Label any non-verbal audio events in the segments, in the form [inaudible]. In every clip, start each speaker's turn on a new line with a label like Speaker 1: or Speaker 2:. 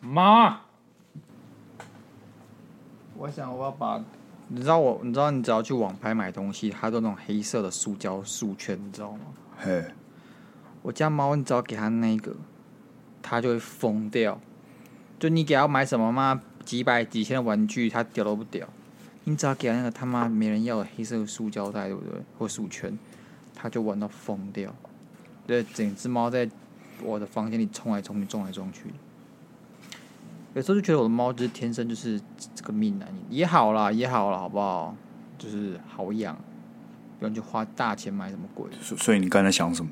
Speaker 1: 妈，
Speaker 2: 我想我要把
Speaker 3: 你知道我，你知道你只要去网拍买东西，它都那种黑色的塑胶束圈，你知道吗？
Speaker 2: 嘿，
Speaker 3: 我家猫，你只要给它那个，它就会疯掉。就你给它买什么嘛，几百几千的玩具，它屌都不屌。你只要给它那个他妈没人要的黑色塑胶袋，对不对？或鼠圈，它就玩到疯掉。对，整只猫在我的房间里冲来冲去，冲来冲去。有时候就觉得我的猫就是天生就是这个命啊，也好啦，也好啦，好不好？就是好养，不用去花大钱买什么鬼。
Speaker 2: 所所以你刚才想什么？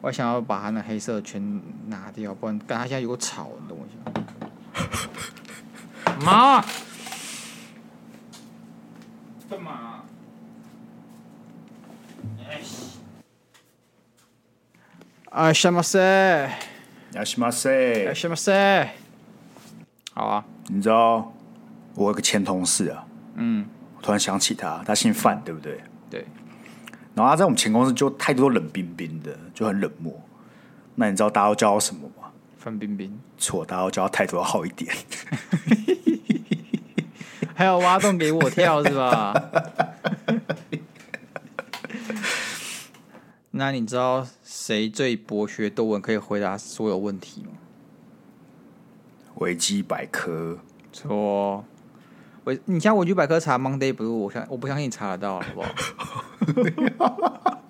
Speaker 3: 我想要把他那黑色的圈拿掉，不然但他现在有个吵，你懂我意思吗？
Speaker 1: 妈，干嘛？哎，
Speaker 3: 啊，什么事？
Speaker 2: 亚西马
Speaker 3: 啊，
Speaker 2: 塞，
Speaker 3: 哎什么事？好啊，
Speaker 2: 你知道我有个前同事啊，嗯，我突然想起他，他姓范，对不对？
Speaker 3: 对，
Speaker 2: 然后他在我们前公司就态度都冷冰冰的，就很冷漠。那你知道大家都叫他什么吗？
Speaker 3: 范冰冰，
Speaker 2: 错，大家都叫他态度要好一点。 [laughs]
Speaker 3: 还有挖洞给我跳是吧？ [laughs] 那你知道谁最博学多闻，可以回答所有问题吗？
Speaker 2: 维基百科，
Speaker 3: 错，我你像我去百科查 Monday 不是我相我不相信你查得到，好不好？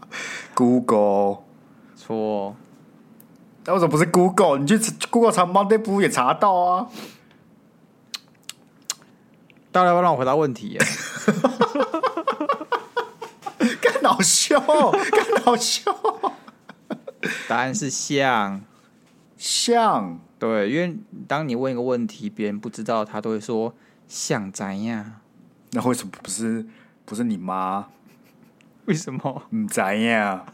Speaker 2: Google，
Speaker 3: 错。
Speaker 2: 那为什么不是 Google？你去 Google 查 Monday Blue 也查到啊。 [laughs]
Speaker 3: 当然要让我回答问题耶、啊
Speaker 2: 干老笑， [laughs] 干老笑，
Speaker 3: 答案是像。
Speaker 2: 像
Speaker 3: 对，因为当你问一个问题，别人不知道，他都会说像怎样？
Speaker 2: 那为什么不是不是你妈？
Speaker 3: 为什么？
Speaker 2: 嗯，怎样？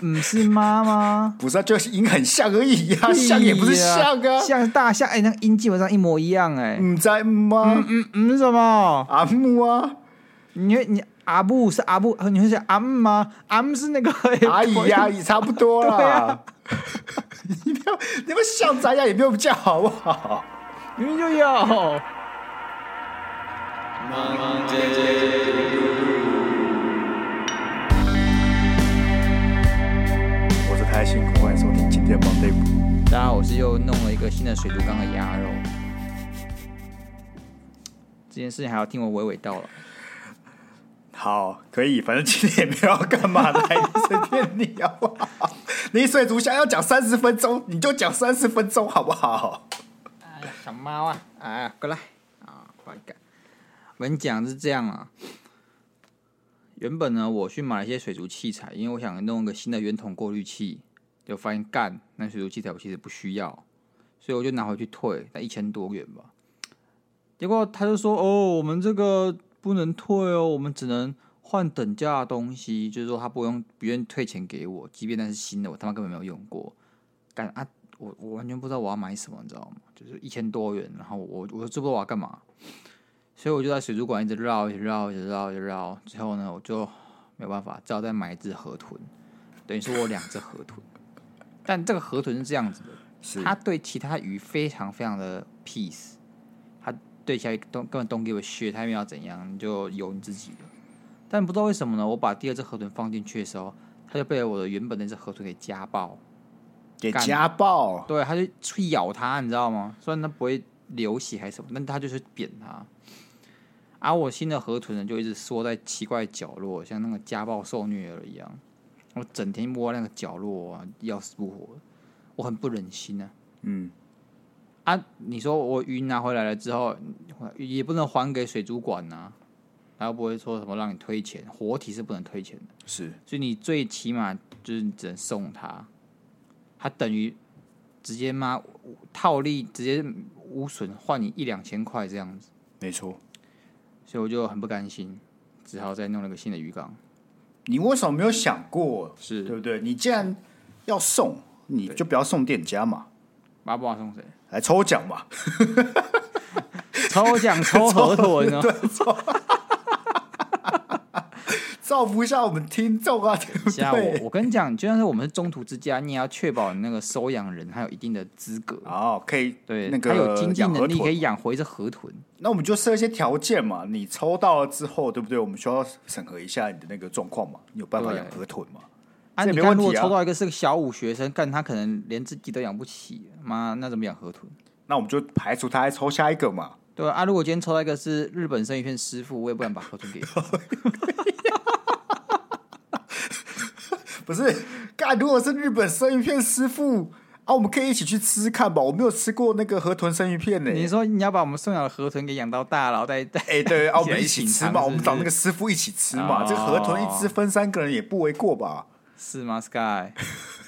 Speaker 3: 嗯，是妈 [laughs] 吗？
Speaker 2: 不是、啊，就是音很像而已呀、像也不是像
Speaker 3: 哎
Speaker 2: 啊 [laughs]
Speaker 3: 呀。像大象哎、那个音基本上一模一样哎、
Speaker 2: 嗯，在吗？
Speaker 3: 嗯嗯，什么？
Speaker 2: 阿木 [laughs] 啊，
Speaker 3: 你会你阿布是阿布，你会想阿姆吗？阿姆是那个 [laughs]
Speaker 2: 阿姨呀、也差不多啦。 [laughs] 你不要，你们像咱呀，也没有比较好不好？
Speaker 3: 明明就有。
Speaker 2: 我是开心，欢迎收听今天 Monday Blue。
Speaker 3: 大家好，我是又弄了一个新的水族缸的鸭肉。这件事情还要听我娓娓道来。
Speaker 2: 好，可以，反正今天也没有要干嘛的，随便你好不 [laughs] 好？你水族箱要讲三十分钟，你就讲三十分钟好不好？
Speaker 3: 哎呀，小猫啊，哎呀，过来啊，快点！我跟你讲是这样啊，原本呢，我去买了一些水族器材，因为我想弄一个新的圆筒过滤器，就发现干那水族器材我其实不需要，所以我就拿回去退，那一千多元吧。结果他就说：“哦，我们这个不能退哦，我们只能换等价的东西，就是说他不用不愿意退钱给我，即便那是新的，我他妈根本没有用过。干啊，我我完全不知道我要买什么，你知道吗？就是一千多元，然后我我知不知道我要干嘛，所以我就在水族馆一直绕，一直绕，一直绕，一直绕。最后呢，我就没有办法，只好再买一只河豚，等于说我有两只河豚。但这个河豚是这样子
Speaker 2: 是
Speaker 3: 的，它对其他鱼非常非常的 peace，它对其他鱼都根本 don't give a shit，它也没有要怎样，你就由你自己的。但不知道为什么呢，我把第二只河豚放进去的时候，它就被我的原本那只河豚给夹爆。
Speaker 2: 给
Speaker 3: 干
Speaker 2: 家暴，
Speaker 3: 对，他就去咬它，你知道吗？虽然它不会流血还是什么，但它就是扁它。而、我新的河豚呢，就一直缩在奇怪的角落，像那个家暴受虐儿一样。我整天窝在那个角落、啊，要死不活，我很不忍心啊！
Speaker 2: 嗯，
Speaker 3: 啊，你说我鱼拿回来了之后，也不能还给水族馆呐、他又不会说什么让你退钱，活体是不能退钱的。
Speaker 2: 是
Speaker 3: 所以你最起码就是你只能送他，他等于直接妈套利，直接无损换你一两千块这样子，
Speaker 2: 没错。
Speaker 3: 所以我就很不甘心，只好再弄了个新的鱼缸。
Speaker 2: 你为什么没有想过？
Speaker 3: 是
Speaker 2: 对不对？你既然要送，你就不要送店家嘛，
Speaker 3: 妈不知道送谁，
Speaker 2: 来抽奖
Speaker 3: [laughs]
Speaker 2: 嘛。
Speaker 3: 抽奖抽河豚呢？
Speaker 2: 造福一下我们听众啊，对不
Speaker 3: 下我
Speaker 2: 对？
Speaker 3: 我跟你讲，就算是我们是中途之家，你也要确保你那个收养人还有一定的资格，
Speaker 2: [laughs] 哦，可以，
Speaker 3: 对，
Speaker 2: 那
Speaker 3: 他有
Speaker 2: 个
Speaker 3: 经济
Speaker 2: 养河
Speaker 3: 能力
Speaker 2: 豚
Speaker 3: 可以养活一只河豚。
Speaker 2: 那我们就设一些条件嘛，你抽到了之后，对不对？我们需要审核一下你的那个状况嘛，你有办法
Speaker 3: 对
Speaker 2: 养河豚吗？
Speaker 3: 啊，
Speaker 2: 这也
Speaker 3: 你
Speaker 2: 没
Speaker 3: 看，
Speaker 2: 问
Speaker 3: 如果
Speaker 2: 题啊
Speaker 3: 抽到一个是个小五学生，干他可能连自己都养不起，妈，那怎么养河豚？
Speaker 2: 那我们就排除他，还抽下一个嘛。 [laughs]
Speaker 3: 对啊啊，如果今天抽到一个是日本生鱼片师傅，我也不敢把河豚
Speaker 2: [laughs]
Speaker 3: 给他。
Speaker 2: 不是，干，如果是日本生鱼片师傅啊，我们可以一起去吃吃看吧。我没有吃过那个河豚生鱼片呢、
Speaker 3: 你说你要把我们送养的河豚给养到大，然后再再
Speaker 2: 哎、
Speaker 3: [laughs]
Speaker 2: 对，啊，我们
Speaker 3: 也
Speaker 2: 一起
Speaker 3: 挺
Speaker 2: 吃
Speaker 3: 长
Speaker 2: 嘛，
Speaker 3: 是
Speaker 2: 我们
Speaker 3: 不
Speaker 2: 找
Speaker 3: 是
Speaker 2: 那个师傅一起吃嘛。
Speaker 3: 哦
Speaker 2: 这河豚一只分三个人也不为过吧？
Speaker 3: 是吗？Sky，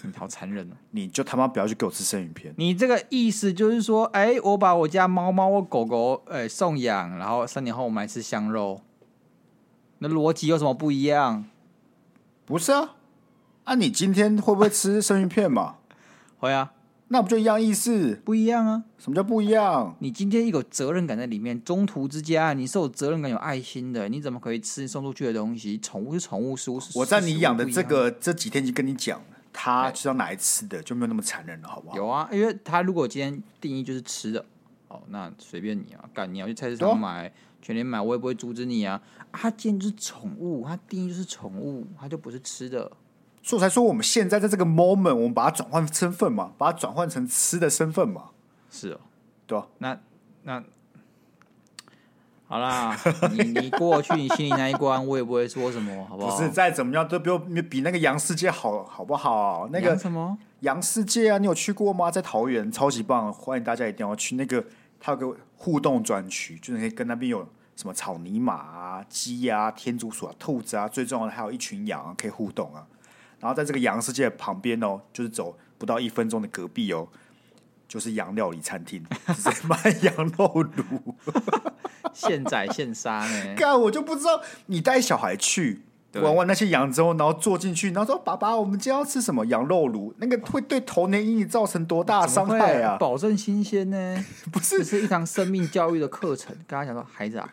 Speaker 3: 你好残忍哦！
Speaker 2: 你就他妈不要去给我吃生鱼片。
Speaker 3: 你这个意思就是说，哎、我把我家猫猫或狗狗，哎、送养，然后三年后我们来吃香肉，那逻辑有什么不一样？
Speaker 2: 不是啊，啊，你今天会不会吃生鱼片嘛？
Speaker 3: 会啊，
Speaker 2: 那不就一样意思？
Speaker 3: 不一样啊！
Speaker 2: 什么叫不一样？
Speaker 3: 你今天有责任感在里面，中途之家你是有责任感、有爱心的，你怎么可以吃送出去的东西？宠物是宠物，食物是
Speaker 2: 我在
Speaker 3: 是食
Speaker 2: 你
Speaker 3: 物
Speaker 2: 养的
Speaker 3: 不一
Speaker 2: 这
Speaker 3: 样哎
Speaker 2: 个这几天已经跟你讲了，它知道哪一次的就没有那么残忍了，好不好？
Speaker 3: 有啊，因为他如果今天定义就是吃的，哦，那随便你啊，干你要去菜市
Speaker 2: 对啊
Speaker 3: 场买、全年买，我也不会阻止你啊。啊，他今天就是宠物，他定义就是宠物，他就不是吃的。
Speaker 2: 所以我才说我们现在在这个 moment，我们把它转换身份嘛，把它转换成吃的身份嘛，
Speaker 3: 是哦，
Speaker 2: 对啊吧、
Speaker 3: 那那好啦， [laughs] 你你过去你心里那一关，我也不会说什么，好好？
Speaker 2: 不是再怎么样都比我比那个羊世界好，好不好？那
Speaker 3: 养
Speaker 2: 个
Speaker 3: 什么？
Speaker 2: 羊世界啊，你有去过吗？在桃园，超级棒，欢迎大家一定要去。那个它有个互动专区，就是可以跟那边有什么草泥马啊、鸡啊、天竺鼠啊、兔子啊，最重要的还有一群羊、啊、可以互动啊。然后在这个羊世界旁边哦，就是走不到一分钟的隔壁哦，就是羊料理餐厅， [laughs] 只是卖羊肉炉。
Speaker 3: 现宰现杀呢？
Speaker 2: 干，我就不知道你带小孩去
Speaker 3: 对
Speaker 2: 玩玩那些羊之后，然后坐进去，然后说：“爸爸，我们今天要吃什么？羊肉炉。”那个会对童年阴影造成多大的
Speaker 3: 怎
Speaker 2: 伤
Speaker 3: 么会
Speaker 2: 害啊！
Speaker 3: 保证新鲜呢？
Speaker 2: [laughs] 不
Speaker 3: 这
Speaker 2: 是，
Speaker 3: 是一堂生命教育的课程。刚刚讲到，孩子啊，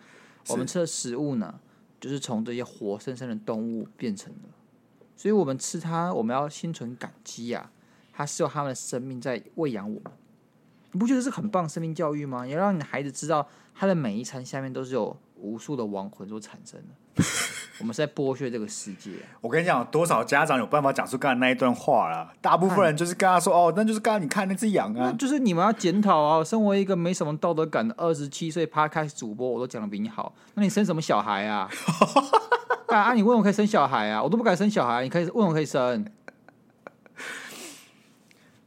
Speaker 3: 我们吃的食物呢，就是从这些活生生的动物变成的，所以我们吃它，我们要心存感激啊。它是用他们的生命在喂养我们，你不觉得这是很棒的生命教育吗？也让你的孩子知道，他的每一餐下面都是有无数的亡魂所产生的。
Speaker 2: [laughs]
Speaker 3: 我们是在剥削这个世界、啊，
Speaker 2: 我跟你讲，多少家长有办法讲出刚才那一段话啦？大部分人就是跟他说：“哦，那就是刚才你看那只羊
Speaker 3: 那
Speaker 2: 啊。
Speaker 3: 就是你们要检讨啊！身为一个没什么道德感的二十七岁 podcast 主播，我都讲的比你好，那你生什么小孩啊？啊啊！你问我可以生小孩啊？我都不敢生小孩，你可以问我可以生？”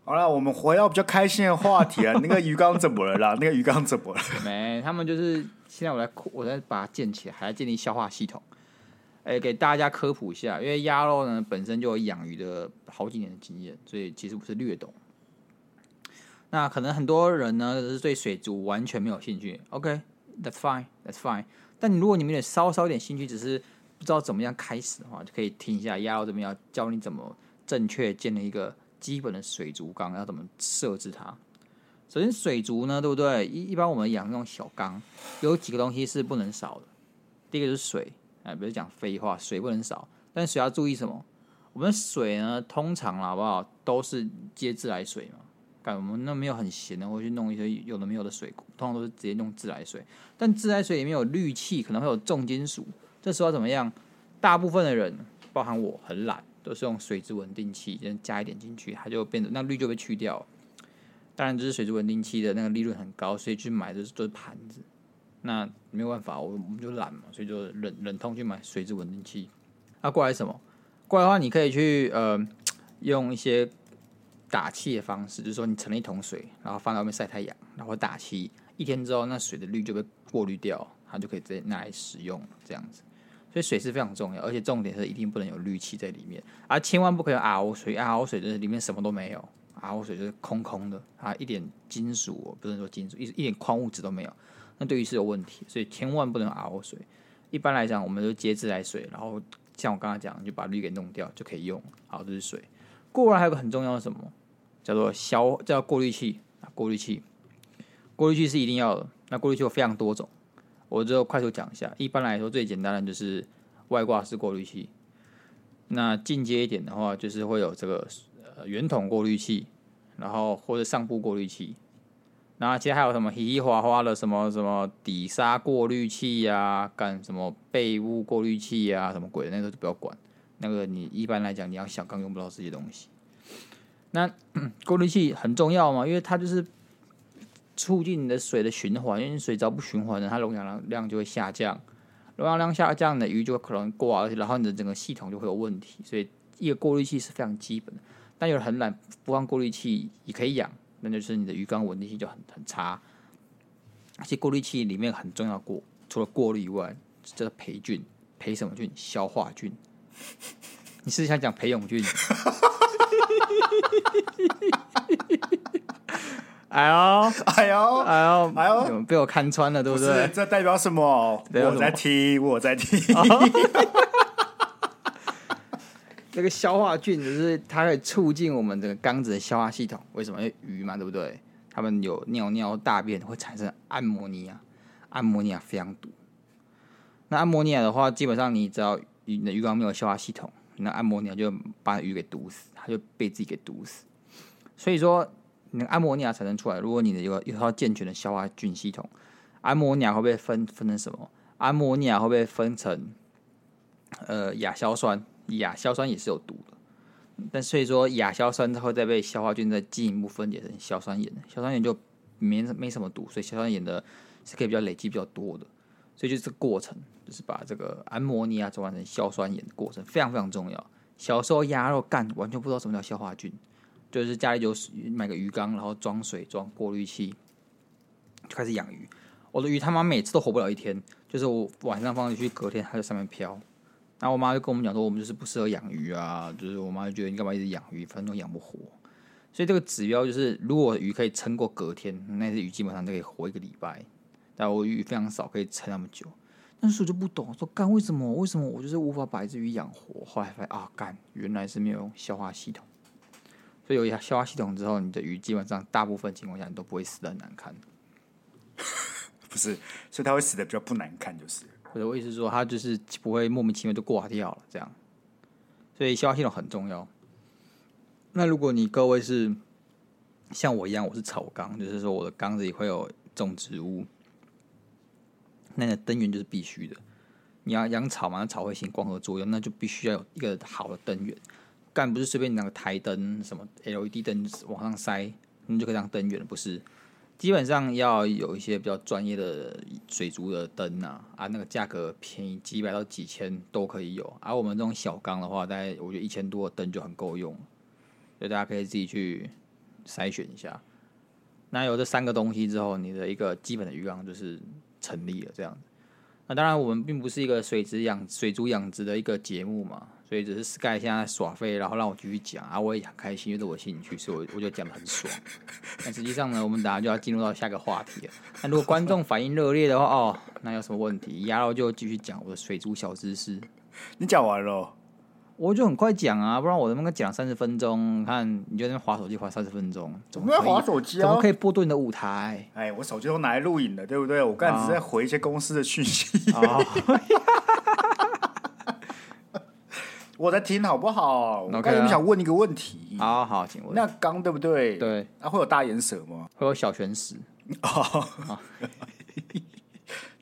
Speaker 2: 好了，我们回到比较开心的
Speaker 3: [laughs]
Speaker 2: 话题啊，那个鱼缸怎么了啦？那个鱼缸怎么了？ [laughs]
Speaker 3: 没，他们就是现在我在扩我在把它建起来，还在建立消化系统。哎、给大家科普一下，因为鸭肉呢本身就有养鱼的好几年的经验，所以其实不是略懂。那可能很多人呢是对水族完全没有兴趣，OK，that's、fine，that's fine。但你如果你们有稍稍有点兴趣，只是不知道怎么样开始的话，就可以听一下鸭肉这边要教你怎么正确建立一个基本的水族缸，要怎么设置它。首先，水族呢，对不对？一一般我们养那种小缸，有几个东西是不能少的。第一个就是水，哎，不是讲废话，水不能少。但水要注意什么？我们的水呢，通常啦好不好，都是接自来水嘛。干，我们那没有很闲的，会去弄一些有的没有的水，通常都是直接用自来水。但自来水里面有氯气，可能会有重金属。这时候要怎么样？大部分的人，包含我，很懒，都是用水质稳定器，先加一点进去，它就变得那氯就被去掉了。当然，就是水质稳定器的那个利润很高，所以去买的就是都是盘子。那没有办法，我我们就懒嘛，所以就忍忍痛去买水质稳定器。那、过来是什么？过来的话，你可以去呃用一些打气的方式，就是说你盛了一桶水，然后放在外面晒太阳，然后打气，一天之后那水的氯就被过滤掉，它就可以直接拿来使用了这样子。所以水是非常重要，而且重点是一定不能有氯气在里面，而、千万不可以有 RO 水，RO 水就是里面什么都没有，RO 啊水就是空空的，啊，一点金属不是说金属，一一点矿物质都没有，那对于是有问题，所以千万不能有 RO 水。一般来讲，我们就接自来水，然后像我刚刚讲，你就把氯给弄掉就可以用。好，这是水。过来还有个很重要的什么，叫做消，叫过滤器啊，过滤器，过滤器是一定要的。那过滤器有非常多种，我只有快速讲一下。一般来说，最简单的就是外挂式过滤器。那进阶一点的话，就是会有这个呃圆筒过滤器，然后或者上部过滤器。然后其实还有什么稀稀滑滑的什么什么底沙过滤器呀、干什么被污过滤器呀、什么鬼的，那个就不要管。那个你一般来讲，你要小缸用不到这些东西。那 [clears throat] 过滤器很重要嘛，因为它就是促进你的水的循环，因为水只要不循环呢，它容量量就会下降，容量量下降，你的鱼就可能挂，而且然后你的整个系统就会有问题。所以一个过滤器是非常基本的，但有人很懒，不放过滤器也可以养，那就是你的鱼缸稳定性就很很差。而且过滤器里面很重要的过，除了过滤以外，这个培菌，培什么菌？消化菌。你是想讲裴勇俊？ [laughs] 哎呦，
Speaker 2: 哎
Speaker 3: [laughs]
Speaker 2: 呦，
Speaker 3: 哎呦，
Speaker 2: 哎呦，
Speaker 3: 被我看穿了，对不
Speaker 2: 不是
Speaker 3: 对？
Speaker 2: 这代表什么？
Speaker 3: 代表什
Speaker 2: 我
Speaker 3: 么啊
Speaker 2: 在踢，我在踢。
Speaker 3: 这个消化菌就是它会促进我们这个缸子的消化系统。为什么？因为鱼嘛，对不对？它们有尿尿、大便会产生氨摩尼亚，氨摩尼亚非常毒。那氨摩啊尼亚的话，基本上你只要鱼你的鱼缸没有消化系统，那氨摩尼亚就把鱼给毒死，它就被自己给毒死。所以说，你的氨摩尼亚产生出来，如果你的有有套健全的消化菌系统，氨摩尼啊亚会被分分成什么？氨摩尼亚会被分成呃亚硝酸，亚硝酸也是有毒的，但所以说亚硝酸它会再被消化菌再进一步分解成硝酸盐，硝酸盐就没没什么毒，所以硝酸盐的是可以比较累积比较多的，所以就是这个过程，就是把这个氨摩尼亚转换成硝酸盐的过程非常非常重要。小时候鸭肉干完全不知道什么叫消化菌，就是家里有水买个鱼缸，然后装水装过滤器，就开始养鱼。我的鱼他妈每次都活不了一天，就是我晚上放进去，隔天它在上面飘。然后我妈就跟我们讲说，我们就是不适合养鱼啊，就是我妈就觉得你干嘛一直养鱼，反正都养不活。所以这个指标就是，如果鱼可以撑过隔天，那只鱼基本上就可以活一个礼拜。但我鱼非常少，可以撑那么久。但是我就不懂，说干为什么？为什么我就是无法把一只鱼养活？后来发现啊，干原来是没有消化系统。所以有消化系统之后，你的鱼基本上大部分情况下你都不会死的很难看。
Speaker 2: [laughs] 不是，所以他会死的比较不难看，就是。
Speaker 3: 或者我意思是说，它就是不会莫名其妙就挂掉了这样。所以消化系统很重要。那如果你各位是像我一样，我是草缸，就是说我的缸子里会有种植物，那你的灯源就是必须的。你要养草嘛，那草会行光合作用，那就必须要有一个好的灯源。干不是随便拿个台灯、什么 LED 灯往上塞，你就可以当灯源了，不是？基本上要有一些比较专业的水族的灯啊，啊，那个价格便宜几百到几千都可以有。而、我们这种小缸的话，大概我觉得一千多的灯就很够用了，所以大家可以自己去筛选一下。那有这三个东西之后，你的一个基本的鱼缸就是成立了这样子。那当然，我们并不是一个水质养水族养殖的一个节目嘛，所以只是 Sky 现在在耍废，然后让我继续讲啊，我也很开心，因为这是我兴趣，所以我我就讲的很爽。但实际上呢，我们等下就要进入到下个话题了。那如果观众反应热烈的话，哦，那有什么问题？然后就继续讲我的水族小知识，
Speaker 2: 你讲完了哦，
Speaker 3: 我就很快讲啊，不然我能不能讲三十分钟？看你就在那边划手机划三十分钟，怎么
Speaker 2: 我们在
Speaker 3: 可以
Speaker 2: 划手机啊
Speaker 3: 怎么可以剥夺你的舞台？
Speaker 2: 哎，我手机都拿来录影了，对不对？我刚才只是在回一些公司的讯息，
Speaker 3: 啊哦，
Speaker 2: [laughs] 我在听好不好？我
Speaker 3: OK 啊
Speaker 2: 刚才有没有想问一个问题，
Speaker 3: 好好，请问，
Speaker 2: 那缸对不对？，
Speaker 3: 对，
Speaker 2: 啊，会有大眼蛇吗？
Speaker 3: 会有小犬屎
Speaker 2: 哦，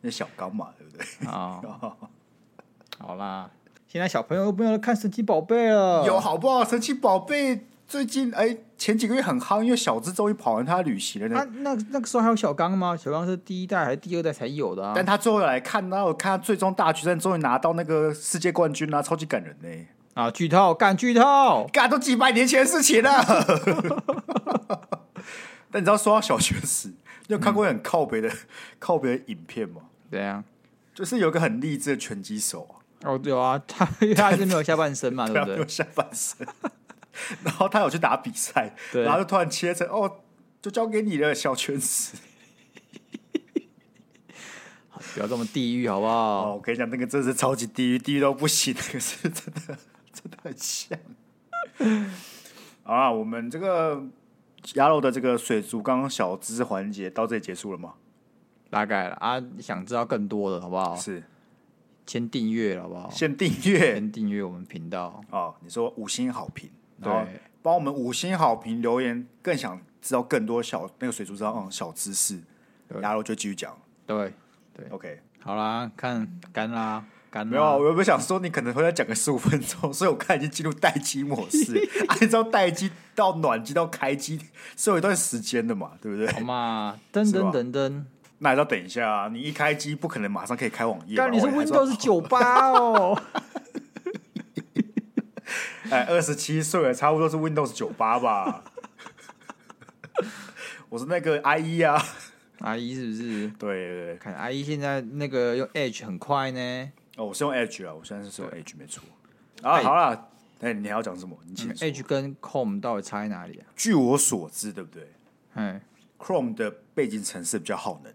Speaker 2: 那小缸嘛，对不对？ [laughs]
Speaker 3: 啊、
Speaker 2: 哦
Speaker 3: 好啦，现在小朋友又不要看神奇宝贝了，
Speaker 2: 有啊好不好？神奇宝贝最近哎，前几个月很夯，因为小智终于跑完他的旅行了呢。
Speaker 3: 啊？那那个时候还有小刚吗？小刚是第一代还是第二代才有的啊？
Speaker 2: 但他最后来看到，看他最终大决战终于拿到那个世界冠军啦、超级感人呢、
Speaker 3: 啊，剧透，干剧透！
Speaker 2: 干都几百年前的事情了。 [laughs] 但你知道说到小学时，你有看过很靠北的、 [laughs] 靠北的影片吗？
Speaker 3: 怎样？
Speaker 2: 就是有一个很励志的拳击手啊，
Speaker 3: 哦，有啊， [laughs] 他他是没有下半身
Speaker 2: [laughs]
Speaker 3: 嘛，对
Speaker 2: 然
Speaker 3: 不
Speaker 2: 后
Speaker 3: 对
Speaker 2: 有？下半身， [laughs] 然后他有去打比赛，
Speaker 3: 对
Speaker 2: 然后就突然切成哦，就交给你了，小拳师。
Speaker 3: 不要这么地狱好不好？
Speaker 2: 哦，我跟你讲，那个真的是超级地狱，地狱到不行， [laughs] 那个是真的，真的很像。 [laughs] 啊，我们这个鸭肉的这个水族缸小知识环节到这里结束了吗？
Speaker 3: 大概了啊，想知道更多的好不好？
Speaker 2: 是，
Speaker 3: 先订阅好不好？
Speaker 2: 先订阅
Speaker 3: 先订阅我们频道，
Speaker 2: 哦，你说五星好评，然后
Speaker 3: 对，
Speaker 2: 帮我们五星好评留言，更想知道更多小那个水族知道嗯小知识，
Speaker 3: 对
Speaker 2: 然后就继续讲。
Speaker 3: 对，
Speaker 2: OK，
Speaker 3: 好啦，看干啦，干啦，
Speaker 2: 没有啊，我原本想说你可能会再讲个十五分钟， [laughs] 所以我看已经进入待机模式，
Speaker 3: [laughs]
Speaker 2: 按照待机到暖机到开机是有一段时间的嘛，对不
Speaker 3: 好
Speaker 2: 对？
Speaker 3: 嘛，噔
Speaker 2: 是
Speaker 3: 噔
Speaker 2: 吧
Speaker 3: 噔噔，
Speaker 2: 那还是要等一下啊，你一开机不可能马上可以开网页吧。
Speaker 3: 干你是
Speaker 2: 我还说
Speaker 3: Windows 九八哦，
Speaker 2: 哎，二十七岁了，差不多是 Windows 九八吧。 [laughs] 我是那个 IE 啊，
Speaker 3: 阿姨是不是？
Speaker 2: 对对对，
Speaker 3: 看阿姨现在那个用 Edge 很快呢
Speaker 2: 哦，我是用 Edge 啊，我现在是用 Edge 没错。
Speaker 3: 哎
Speaker 2: 啊，好啦，哎，你还要讲什么？你请说。
Speaker 3: 嗯，Edge 跟 Chrome 到底差在哪里啊？
Speaker 2: 据我所知，对不对
Speaker 3: 哎，
Speaker 2: ？Chrome 的背景程式比较耗能，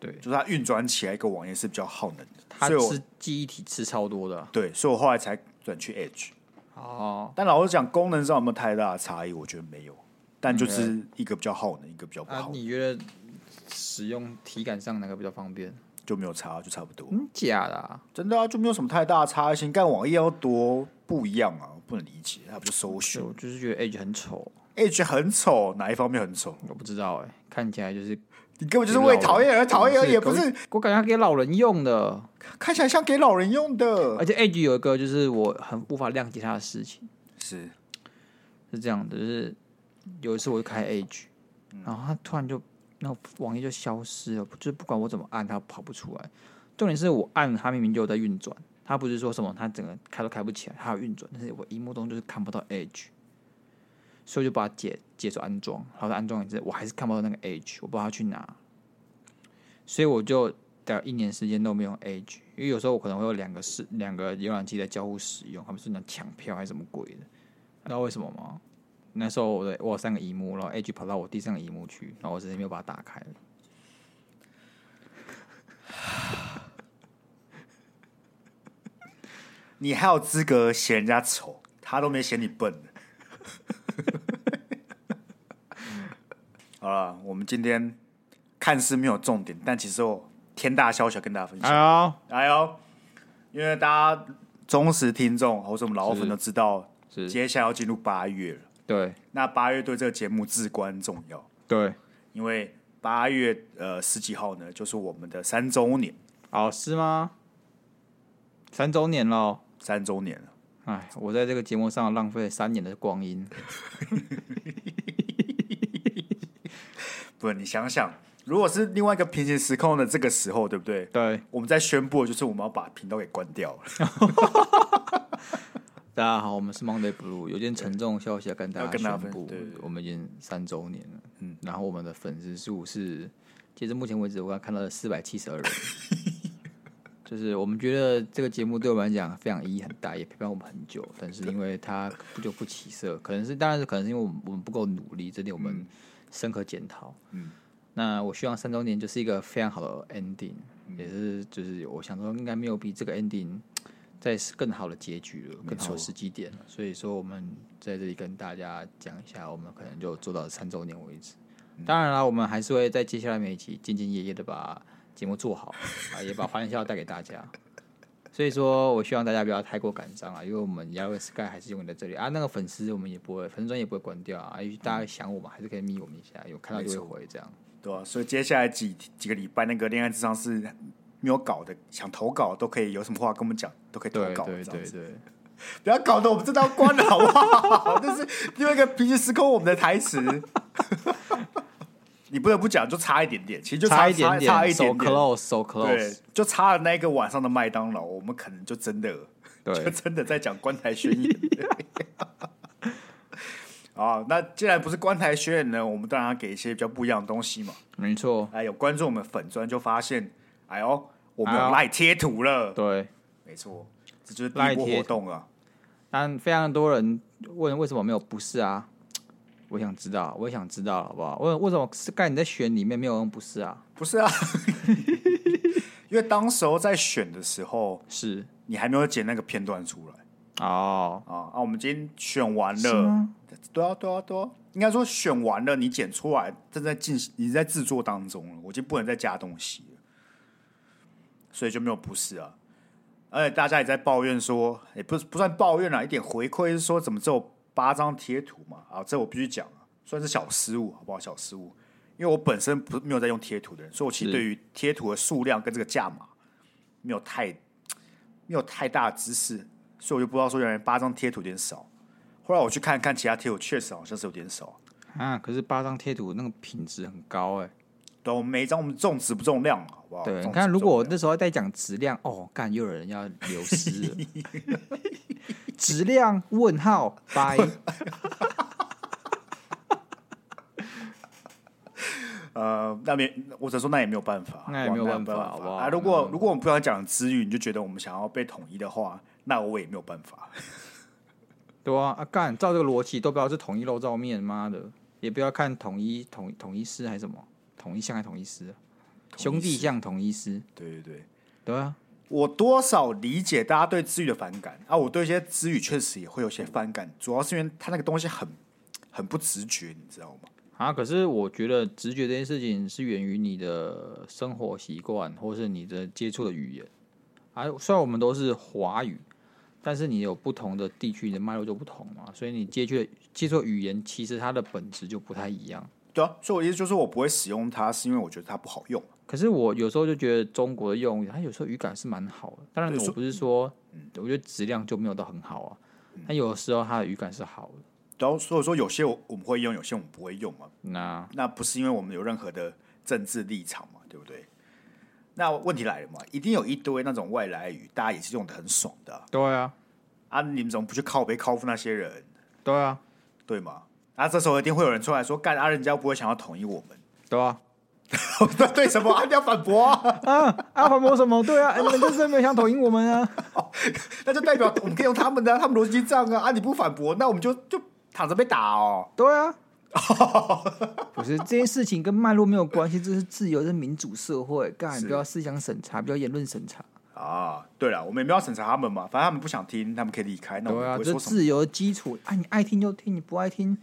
Speaker 3: 对，
Speaker 2: 就是它运转起来一个网页是比较耗能的，
Speaker 3: 它
Speaker 2: 所以我
Speaker 3: 吃记忆体吃超多的啊、
Speaker 2: 对，所以我后来才转去 Edge。
Speaker 3: 哦，
Speaker 2: 但老实讲，功能上有没有太大的差异？我觉得没有，但就是一个比较耗能，一个比较
Speaker 3: 嗯
Speaker 2: 不
Speaker 3: 啊，
Speaker 2: 耗能，
Speaker 3: 你觉得使用体感上哪个比较方便？
Speaker 2: 就没有差，就差不多。
Speaker 3: 嗯，假的、啊，
Speaker 2: 真的啊，就没有什么太大的差异性。干网页要多不一样啊，我不能理解，它不是搜
Speaker 3: 就
Speaker 2: 寻
Speaker 3: 我就是觉得 Edge 很丑，
Speaker 2: Edge 很丑，哪一方面很丑？
Speaker 3: 我不知道哎、看起来就是
Speaker 2: 你根本就是为讨厌而讨厌而已，也不
Speaker 3: 我
Speaker 2: 啊是
Speaker 3: 我感觉它给老人用的，
Speaker 2: 看起来像给老人用的
Speaker 3: 而。且 Edge 有一个就是我很无法谅解它的事情。
Speaker 2: 是，
Speaker 3: 是这样的，就是有一次我就开 Edge，然后它突然就那网页就消失了，就是不管我怎么按它跑不出来。重点是我按它明明就有在运转，它不是说什么它整个开都开不起来，它有运转，但是我荧幕中就是看不到 Edge，所以我就把它解解锁安装，然后再安装一次，我还是看不到那个 Edge，我不知道它去哪，所以我就。大概一年时间都没有用 Edge，因为有时候我可能会有两个是两个浏览器在交互使用，他们是讲抢票还是什么鬼的，你知道为什么吗？那时候我的我有三个荧幕，然后 Edge 跑到我第三个荧幕去，然后我直接没有把它打开了。
Speaker 2: 你还有资格嫌人家丑？他都没嫌你笨 [laughs] 呢。好了，我们今天看似没有重点，但其实我天大消息要跟大家分享。
Speaker 3: 呀，
Speaker 2: 来哦，因为大家忠实听众或者我们老粉都知道，
Speaker 3: 是
Speaker 2: 接下来要进入八月了。
Speaker 3: 对
Speaker 2: 那八月对这个节目至关重要，
Speaker 3: 对，
Speaker 2: 因为八月呃十几号呢，就是我们的三周年，
Speaker 3: 哦是吗？三周年了，哦
Speaker 2: 三周年了。
Speaker 3: 哎，我在这个节目上浪费了三年的光阴。
Speaker 2: 不，你想想，如果是另外一个平行时空的这个时候，对不对？
Speaker 3: 对，
Speaker 2: 我们在宣布，就是我们要把频道给关掉了。
Speaker 3: 大家好，我们是 Monday Blue，有件沉重的消息要跟大
Speaker 2: 要
Speaker 3: 家
Speaker 2: 跟大家
Speaker 3: 宣
Speaker 2: 分
Speaker 3: 布
Speaker 2: 对对对，
Speaker 3: 我们已经三周年了。
Speaker 2: 嗯
Speaker 3: 嗯，然后我们的粉丝数是，截至目前为止，我刚看到了四百七十
Speaker 2: [laughs]
Speaker 3: 二人。就是我们觉得这个节目对我们来讲非常意义很大，也陪伴我们很久。但是因为它不就不起色，可能是当然是可能是因为我们我们不够努力，这点我们深刻检讨。
Speaker 2: 嗯
Speaker 3: 嗯，那我希望三周年就是一个非常好的 ending，、也是就是我想说应该没有比这个 ending 再是更好的结局了，更好的时机点了。所以说我们在这里跟大家讲一下，我们可能就做到三周年为止。当然啦，我们还是会在接下来每一期兢兢业业的把节目做好，啊，也把欢笑带给大家。所以说我希望大家不要太过感伤啊，因为我们 Yellow Sky 还是永远在这里啊。那个粉丝我们也不会，粉丝专也不会关掉啊，因为大家想我们还是可以密我们一下，有看到就会回这样。
Speaker 2: 对啊，所以接下来几几个礼拜，那个恋爱智商是没有搞的，想投稿都可以，有什么话跟我们讲，都可以投
Speaker 3: 对
Speaker 2: 稿。
Speaker 3: 对
Speaker 2: 这样
Speaker 3: 对
Speaker 2: 子
Speaker 3: 对，
Speaker 2: 不要搞得我们真的要关了，好不好？ [laughs] 这是另外一个平行时空我们的台词。你不得不讲，就差一点点，其实就
Speaker 3: 差
Speaker 2: 一
Speaker 3: 一点
Speaker 2: 点，差一
Speaker 3: s o
Speaker 2: 点点。
Speaker 3: close，so
Speaker 2: 对
Speaker 3: close，，
Speaker 2: 就差了那一个晚上的麦当劳，我们可能就真的就
Speaker 3: 对，
Speaker 2: 真的在讲关台宣言。 [laughs] 啊，那既然不是关台宣言呢，我们当然要给一些比较不一样的东西嘛。
Speaker 3: 没错，
Speaker 2: 哎，有关注我们粉砖就发现，哎呦，我们
Speaker 3: 哎
Speaker 2: 有
Speaker 3: 呦
Speaker 2: 赖贴图了，
Speaker 3: 对。
Speaker 2: 没错，这就是第一波活动啊。
Speaker 3: 但非常多人问为什么没有不是啊？我想知道，我也想知道，好不好？问为什么 Sky 你在选里面没有用不是啊？
Speaker 2: 不是啊， [laughs] 因为当时候在选的时候，
Speaker 3: 是
Speaker 2: 你还没有剪那个片段出来
Speaker 3: 哦，
Speaker 2: 啊啊！我们今天选完
Speaker 3: 是
Speaker 2: 了，
Speaker 3: 吗？
Speaker 2: 对啊对啊对啊，应该说选完了，你剪出来正在进行，你在制作当中了，我就不能再加东西了，所以就没有不是啊。而且大家也在抱怨说，也不不算抱怨啦，一点回馈是说怎么只有八张贴图嘛？啊，这我必须讲啊，算是小失误，好不好？小失误，因为我本身不是没有在用贴图的人，所以我其实
Speaker 3: 是
Speaker 2: 对于贴图的数量跟这个价码没有太没有太大的知识，所以我就不知道说原来八张贴图有点少。后来我去看看其他贴图，确实好像是有点少。
Speaker 3: 啊，可是八张贴图那个品质很高哎、
Speaker 2: 对，啊我们每一张我们重质不重量，好不好？
Speaker 3: 对，
Speaker 2: 哦重
Speaker 3: 你
Speaker 2: 质
Speaker 3: 看，
Speaker 2: 不
Speaker 3: 如
Speaker 2: 重
Speaker 3: 果我
Speaker 2: 量
Speaker 3: 那时候在讲质量，哦，干，又有人要流失了。质量问号拜，
Speaker 2: 呃，那边我只能说那也没有办法，
Speaker 3: 那也没有办法
Speaker 2: 法，
Speaker 3: 好不好
Speaker 2: 啊，如果如果我们不想讲资源，你就觉得我们想要被统一的话，那我也没有办法。 [laughs]
Speaker 3: 对啊，啊干，照这个逻辑都不要是统一肉照面，妈的，也不要看统一统统一师还是什么统一像还统一师啊，兄弟像统一师，
Speaker 2: 对对对，
Speaker 3: 对啊，
Speaker 2: 我多少理解大家对资源的反感啊，我对一些资源确实也会有些反感，主要是因为它那个东西很很不直觉，你知道吗？
Speaker 3: 啊，可是我觉得直觉这件事情是源于你的生活习惯，或是你的接触的语言。啊，虽然我们都是华语，但是你有不同的地区，你的脉络就不同嘛，所以你接触的接触的语言，其实它的本质就不太一样。
Speaker 2: 对啊，所以我意思就是我不会使用它，是因为我觉得它不好用。
Speaker 3: 可是我有时候就觉得中国的用语，它有时候语感是蛮好的。当然，
Speaker 2: 对
Speaker 3: 我
Speaker 2: 说
Speaker 3: 不是说，我觉得质量就没有到很好啊。但有的时候它的语感是好的。
Speaker 2: 然后啊所以说有些我我们会用，有些我们不会用嘛，
Speaker 3: 那
Speaker 2: 那不是因为我们有任何的政治立场嘛，对不对？那问题来了嘛，一定有一堆那种外来语，大家也是用的很爽的啊
Speaker 3: 对啊，
Speaker 2: 啊你们怎么不去靠背靠负那些人，
Speaker 3: 对啊，
Speaker 2: 对吗？啊，这时候一定会有人出来说，干啊，人家不会想要统一我们， [laughs]
Speaker 3: 对啊。
Speaker 2: 对对什么？啊，你要反驳、啊， [laughs]
Speaker 3: 啊啊，反驳什么？对啊，你们就是没有想统一我们啊。
Speaker 2: 那就代表我们可以用他们的、啊，他们逻辑这样啊，啊，你不反驳，那我们就就躺着被打哦。
Speaker 3: 对
Speaker 2: [laughs]
Speaker 3: 啊，不是这件事情跟脉络没有关系，这是自由，这是民主社会，干
Speaker 2: 是
Speaker 3: 不要思想审查，不要言论审查。
Speaker 2: 啊，对了，我们也没有要审查他们嘛，反正他们不想听，他们可以离开，那我
Speaker 3: 对
Speaker 2: 们也
Speaker 3: 啊，
Speaker 2: 不会
Speaker 3: 这
Speaker 2: 说什么。
Speaker 3: 自由的基础啊，你爱听就听，你不爱听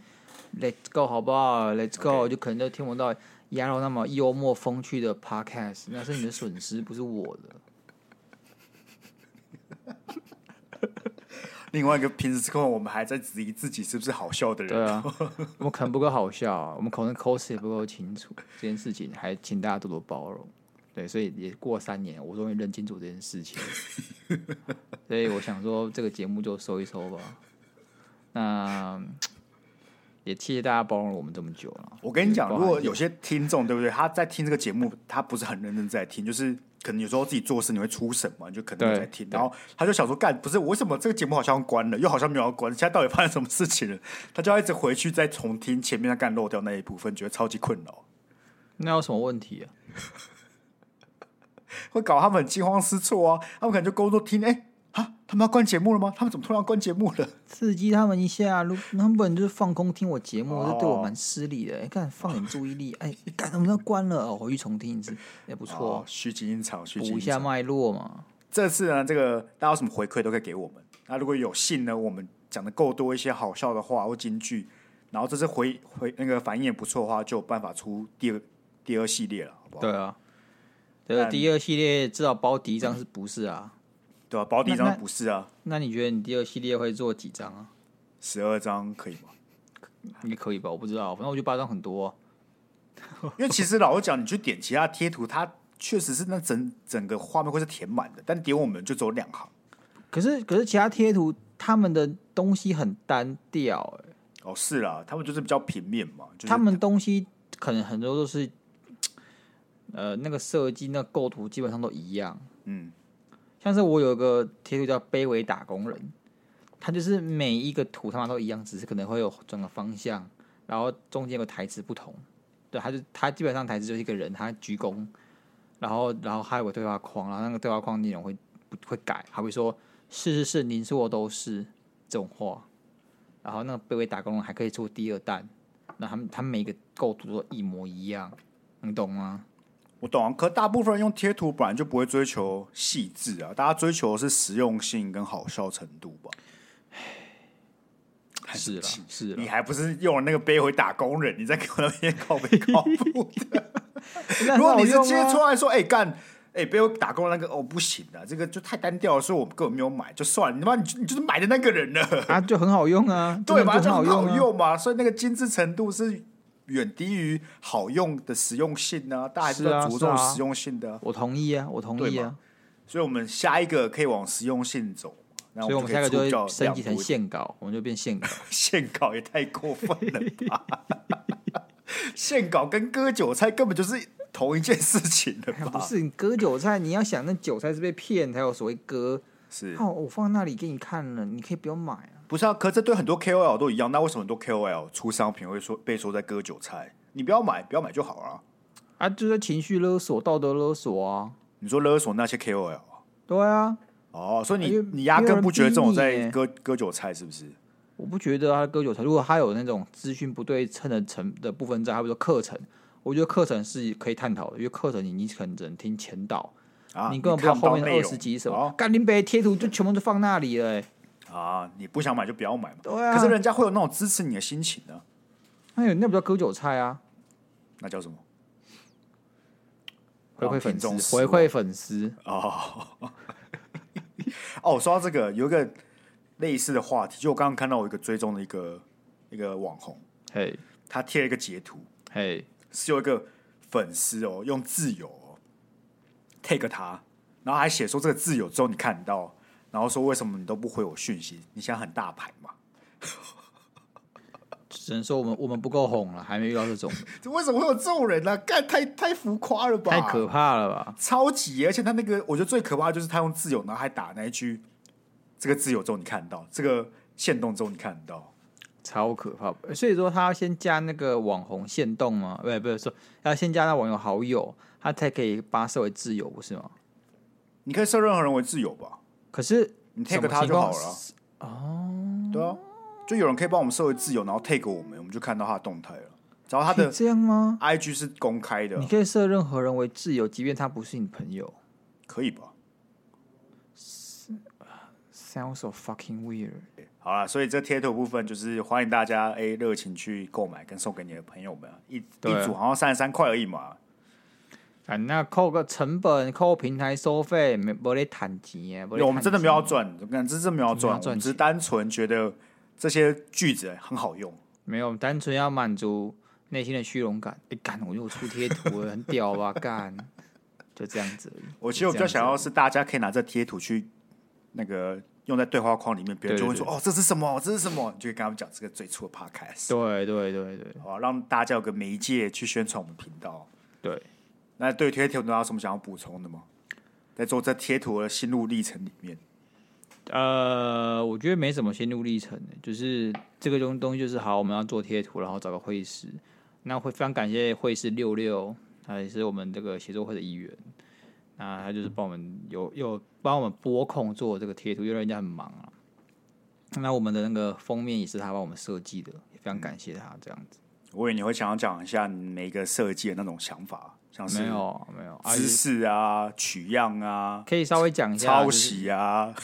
Speaker 3: ，Let's go 好不好？Let's go
Speaker 2: OK
Speaker 3: 就可能就听不到鸭肉那么幽默风趣的 podcast，那是你的损失，不是我的。
Speaker 2: 另外一个平时控，我们还在质疑自己是不是好笑的人。
Speaker 3: 对啊，我们可能不够好笑、啊，我们可能口齿也不够清楚，这件事情还请大家多多包容。对，所以也过三年，我终于认清楚这件事情，所以我想说这个节目就收一收吧。那也谢谢大家包容了我们这么久啊了。
Speaker 2: 我跟你讲，
Speaker 3: 包
Speaker 2: 如
Speaker 3: 含
Speaker 2: 果有些听众对不对，他在听这个节目，他不是很认真在听，就是可能有时候自己做事你会出神嘛，你就可能
Speaker 3: 对
Speaker 2: 在听，
Speaker 3: 对
Speaker 2: 然后他就想说，干不是为什么这个节目好像关了，又好像没有要关，现在到底发生什么事情了？ [laughs] 他就要一直回去再重听前面他干漏掉那一部分，觉得超级困扰，
Speaker 3: 那有什么问题啊？
Speaker 2: 会搞他们很惊慌失措啊，他们可能就工作听，哎、啊，他们要关节目了吗？他们怎么突然要关节目了？
Speaker 3: 刺激他们一下，如他们本来就是放空听我节目，
Speaker 2: 哦
Speaker 3: 这对我蛮失礼的。哎、看放点注意力，哎、干我们要关了哦，回去重听一次，也不错
Speaker 2: 哦
Speaker 3: 哦，，
Speaker 2: 虚惊一场，虚惊
Speaker 3: 补一
Speaker 2: 一
Speaker 3: 下
Speaker 2: 场。
Speaker 3: 脉络嘛。
Speaker 2: 这次呢，这个大家有什么回馈都可以给我们。那如果有幸呢，我们讲的够多一些好笑的话或金句，然后这次回回那个反应也不错的话，就有办法出第二第二系列了，好不好？
Speaker 3: 对啊，这个
Speaker 2: 但
Speaker 3: 第二系列至少包第一张是不是啊？
Speaker 2: 对吧、保底
Speaker 3: 那
Speaker 2: 章
Speaker 3: 那
Speaker 2: 不是啊，
Speaker 3: 那你觉得你第二系列会做几张啊？
Speaker 2: 十二章可以吗？
Speaker 3: 应该可以吧？我不知道，反正我觉得八张很多啊、
Speaker 2: 因为其实老实讲，你去点其他贴图，它确实是那整整个画面会是填满的，但点我们就只有两行
Speaker 3: 可是可是其他贴图他们的东西很单调、欸，
Speaker 2: 哦。是啦，他们就是比较平面嘛，就是
Speaker 3: 他们东西可能很多都是，呃，那个设计、那个构图基本上都一样。
Speaker 2: 嗯，
Speaker 3: 像是我有个贴图叫“卑微打工人”，它就是每一个图他妈都一样，只是可能会有转个方向，然后中间有个台词不同。对，他就他基本上台词就是一个人，他鞠躬，然后然后还有个对话框，然后那个对话框内容会不会改，还会说“是是是，您是我都是”这种话。然后那个卑微打工人还可以做第二弹，那他们他们每个构图都一模一样，你懂吗？
Speaker 2: 我懂、啊，可大部分人用贴图本来就不会追求细致啊，大家追求的是实用性跟好笑程度吧。
Speaker 3: 是啦，是啊啦
Speaker 2: 你。还不是用了那个杯回打工人？你在给我那边靠背靠步的？如果你是
Speaker 3: [laughs] 那很好用
Speaker 2: 今天
Speaker 3: 啊
Speaker 2: 出来说，哎、干，哎、被我打勾那个哦，不行的，这个就太单调了，所以我根本没有买，就算了。你他妈，你就你就是买的那个人
Speaker 3: [laughs]
Speaker 2: 了，
Speaker 3: 啊，就很好用啊，
Speaker 2: 对
Speaker 3: 真的
Speaker 2: 吧？
Speaker 3: 就
Speaker 2: 就
Speaker 3: 很好
Speaker 2: 很
Speaker 3: 用、
Speaker 2: 好
Speaker 3: 啊，
Speaker 2: 用嘛，所以那个精致程度是远低于好用的实用性呢、大家还是
Speaker 3: 是啊
Speaker 2: 要着
Speaker 3: 是
Speaker 2: 重
Speaker 3: 啊
Speaker 2: 实用性的啊、
Speaker 3: 我同意啊，我同意
Speaker 2: 对
Speaker 3: 啊
Speaker 2: 嘛，所以我们下一个可以往实用性走嘛，那
Speaker 3: 所以我们
Speaker 2: 就
Speaker 3: 下
Speaker 2: 可
Speaker 3: 个就
Speaker 2: 出比较
Speaker 3: 会升级
Speaker 2: 两
Speaker 3: 成
Speaker 2: 步
Speaker 3: 线稿，我们就变线稿。
Speaker 2: 线稿也太过分了吧！ [laughs] 线稿跟割韭菜根本就是同一件事情了
Speaker 3: 哎不
Speaker 2: 吧？
Speaker 3: 是你割韭菜，你要想那韭菜是被骗才有所谓割。
Speaker 2: 是
Speaker 3: 哦，我放那里给你看了，你可以不用买啊。
Speaker 2: 不是啊？可这对很多 KOL 都一样，那为什么很多 KOL 出商品会说被说在割韭菜？你不要买，不要买就好了。
Speaker 3: 啊，就是情绪勒索、道德勒索啊。
Speaker 2: 你说勒索那些 KOL 啊
Speaker 3: 对啊，
Speaker 2: 哦，所以你
Speaker 3: 哎呦
Speaker 2: 你压根不觉得这种
Speaker 3: 没有
Speaker 2: 在
Speaker 3: 人逼
Speaker 2: 割割韭菜是不是？
Speaker 3: 我不觉得他割韭菜。如果他有那种资讯不对称的成的部分在，还比如说课程，我觉得课程是可以探讨的，因为课程你你可能只能听前导，
Speaker 2: 啊，
Speaker 3: 你根本不知道
Speaker 2: 看不
Speaker 3: 后
Speaker 2: 到
Speaker 3: 面的
Speaker 2: 内
Speaker 3: 二
Speaker 2: 容
Speaker 3: 十集是什么。
Speaker 2: 哦
Speaker 3: 干林北贴图就全部都放那里了、欸。
Speaker 2: 啊，你不想买就不要买嘛。
Speaker 3: 对啊，
Speaker 2: 可是人家会有那种支持你的心情呢、
Speaker 3: 哎呦，那不叫割韭菜啊，
Speaker 2: 那叫什么？
Speaker 3: 回馈粉
Speaker 2: 让听众
Speaker 3: 丝，
Speaker 2: 失
Speaker 3: 回
Speaker 2: 望
Speaker 3: 馈粉丝。
Speaker 2: 哦，哦，说到这个，有一个类似的话题，就我刚刚看到我一个追踪的一个一个网红，
Speaker 3: 嘿，
Speaker 2: 他贴了一个截图，
Speaker 3: 嘿，
Speaker 2: 是有一个粉丝哦，用自由、哦、take 他，然后还写说这个自由之后你看到，然后说为什么你都不回我讯息？你现在很大牌嘛？
Speaker 3: 只能说我们我们不够红了，还没遇到这
Speaker 2: [laughs]
Speaker 3: 种，
Speaker 2: 这为什么会有这种人呢、啊？干太太浮夸了吧？
Speaker 3: 太可怕了吧？
Speaker 2: 超级耶，而且他那个，我觉得最可怕的就是他用自由，然后还打那一句“这个自由之后你看到，这个限动之后你看到
Speaker 3: 超可怕。所以说他要先加那个网红限动吗？不是不是说要先加那网友好友，他才可以把他设为自由，不是吗？”，
Speaker 2: 你可以设任何人为自由吧？
Speaker 3: 可是
Speaker 2: 你
Speaker 3: 什
Speaker 2: take
Speaker 3: 么
Speaker 2: 他
Speaker 3: 情
Speaker 2: 就好
Speaker 3: 况？
Speaker 2: 了。哦，对啊，就有人可以帮我们设为自由，然后 take 我们，我们就看到他的动态了。然后他
Speaker 3: [laughs] 可以
Speaker 2: 的
Speaker 3: 这样吗？
Speaker 2: IG 是公开的
Speaker 3: 你，可以设任何人为自由，即便他不是你朋友。
Speaker 2: 可以吧？
Speaker 3: Sounds so fucking weird。
Speaker 2: 好啦，所以这贴图部分就是欢迎大家哎热情去购买，跟送给你的朋友们啊一
Speaker 3: 对啊
Speaker 2: 一组好像三十三块而已嘛。
Speaker 3: 啊，那扣个成本，扣平台收费，没没得谈钱耶，没得
Speaker 2: 我们
Speaker 3: 赚
Speaker 2: 真的没
Speaker 3: 钱
Speaker 2: 有要赚，我看这真的没有要
Speaker 3: 真的没有
Speaker 2: 赚，
Speaker 3: 要
Speaker 2: 我
Speaker 3: 赚
Speaker 2: 们只是单纯觉得这些句子很好用。
Speaker 3: 没有，单纯要满足内心的虚荣 [laughs] 感。哎、干，我又出贴图了，很屌吧？干，就这样子而已。
Speaker 2: 我其实我比较想要是大家可以拿这贴图去那个用在对话框里面，别人就会说哦这是什么，这是什么，你就可以跟他们讲这个最初的 podcast，
Speaker 3: 对对对对
Speaker 2: 好吧哦让大家有个媒介去宣传我们频道。
Speaker 3: 对，
Speaker 2: 那对贴图你有什么想要补充的吗？在做这贴图的心路历程里面，
Speaker 3: 呃，我觉得没什么心路历程的，就是这个东东西就是好，我们要做贴图，然后找个会师。那会非常感谢会师六六，他也是我们这个协作会的一员。那他就是帮我们有有帮我们拨空做这个贴图，因为人家很忙啊。那我们的那个封面也是他帮我们设计的，也非常感谢他这样子。
Speaker 2: 我以为你会想要讲一下你每一个设计的那种想法，像啊是
Speaker 3: 没有没有，啊，
Speaker 2: 姿势啊、取样啊、
Speaker 3: 可以稍微讲一下
Speaker 2: 抄。
Speaker 3: 就是
Speaker 2: 袭啊。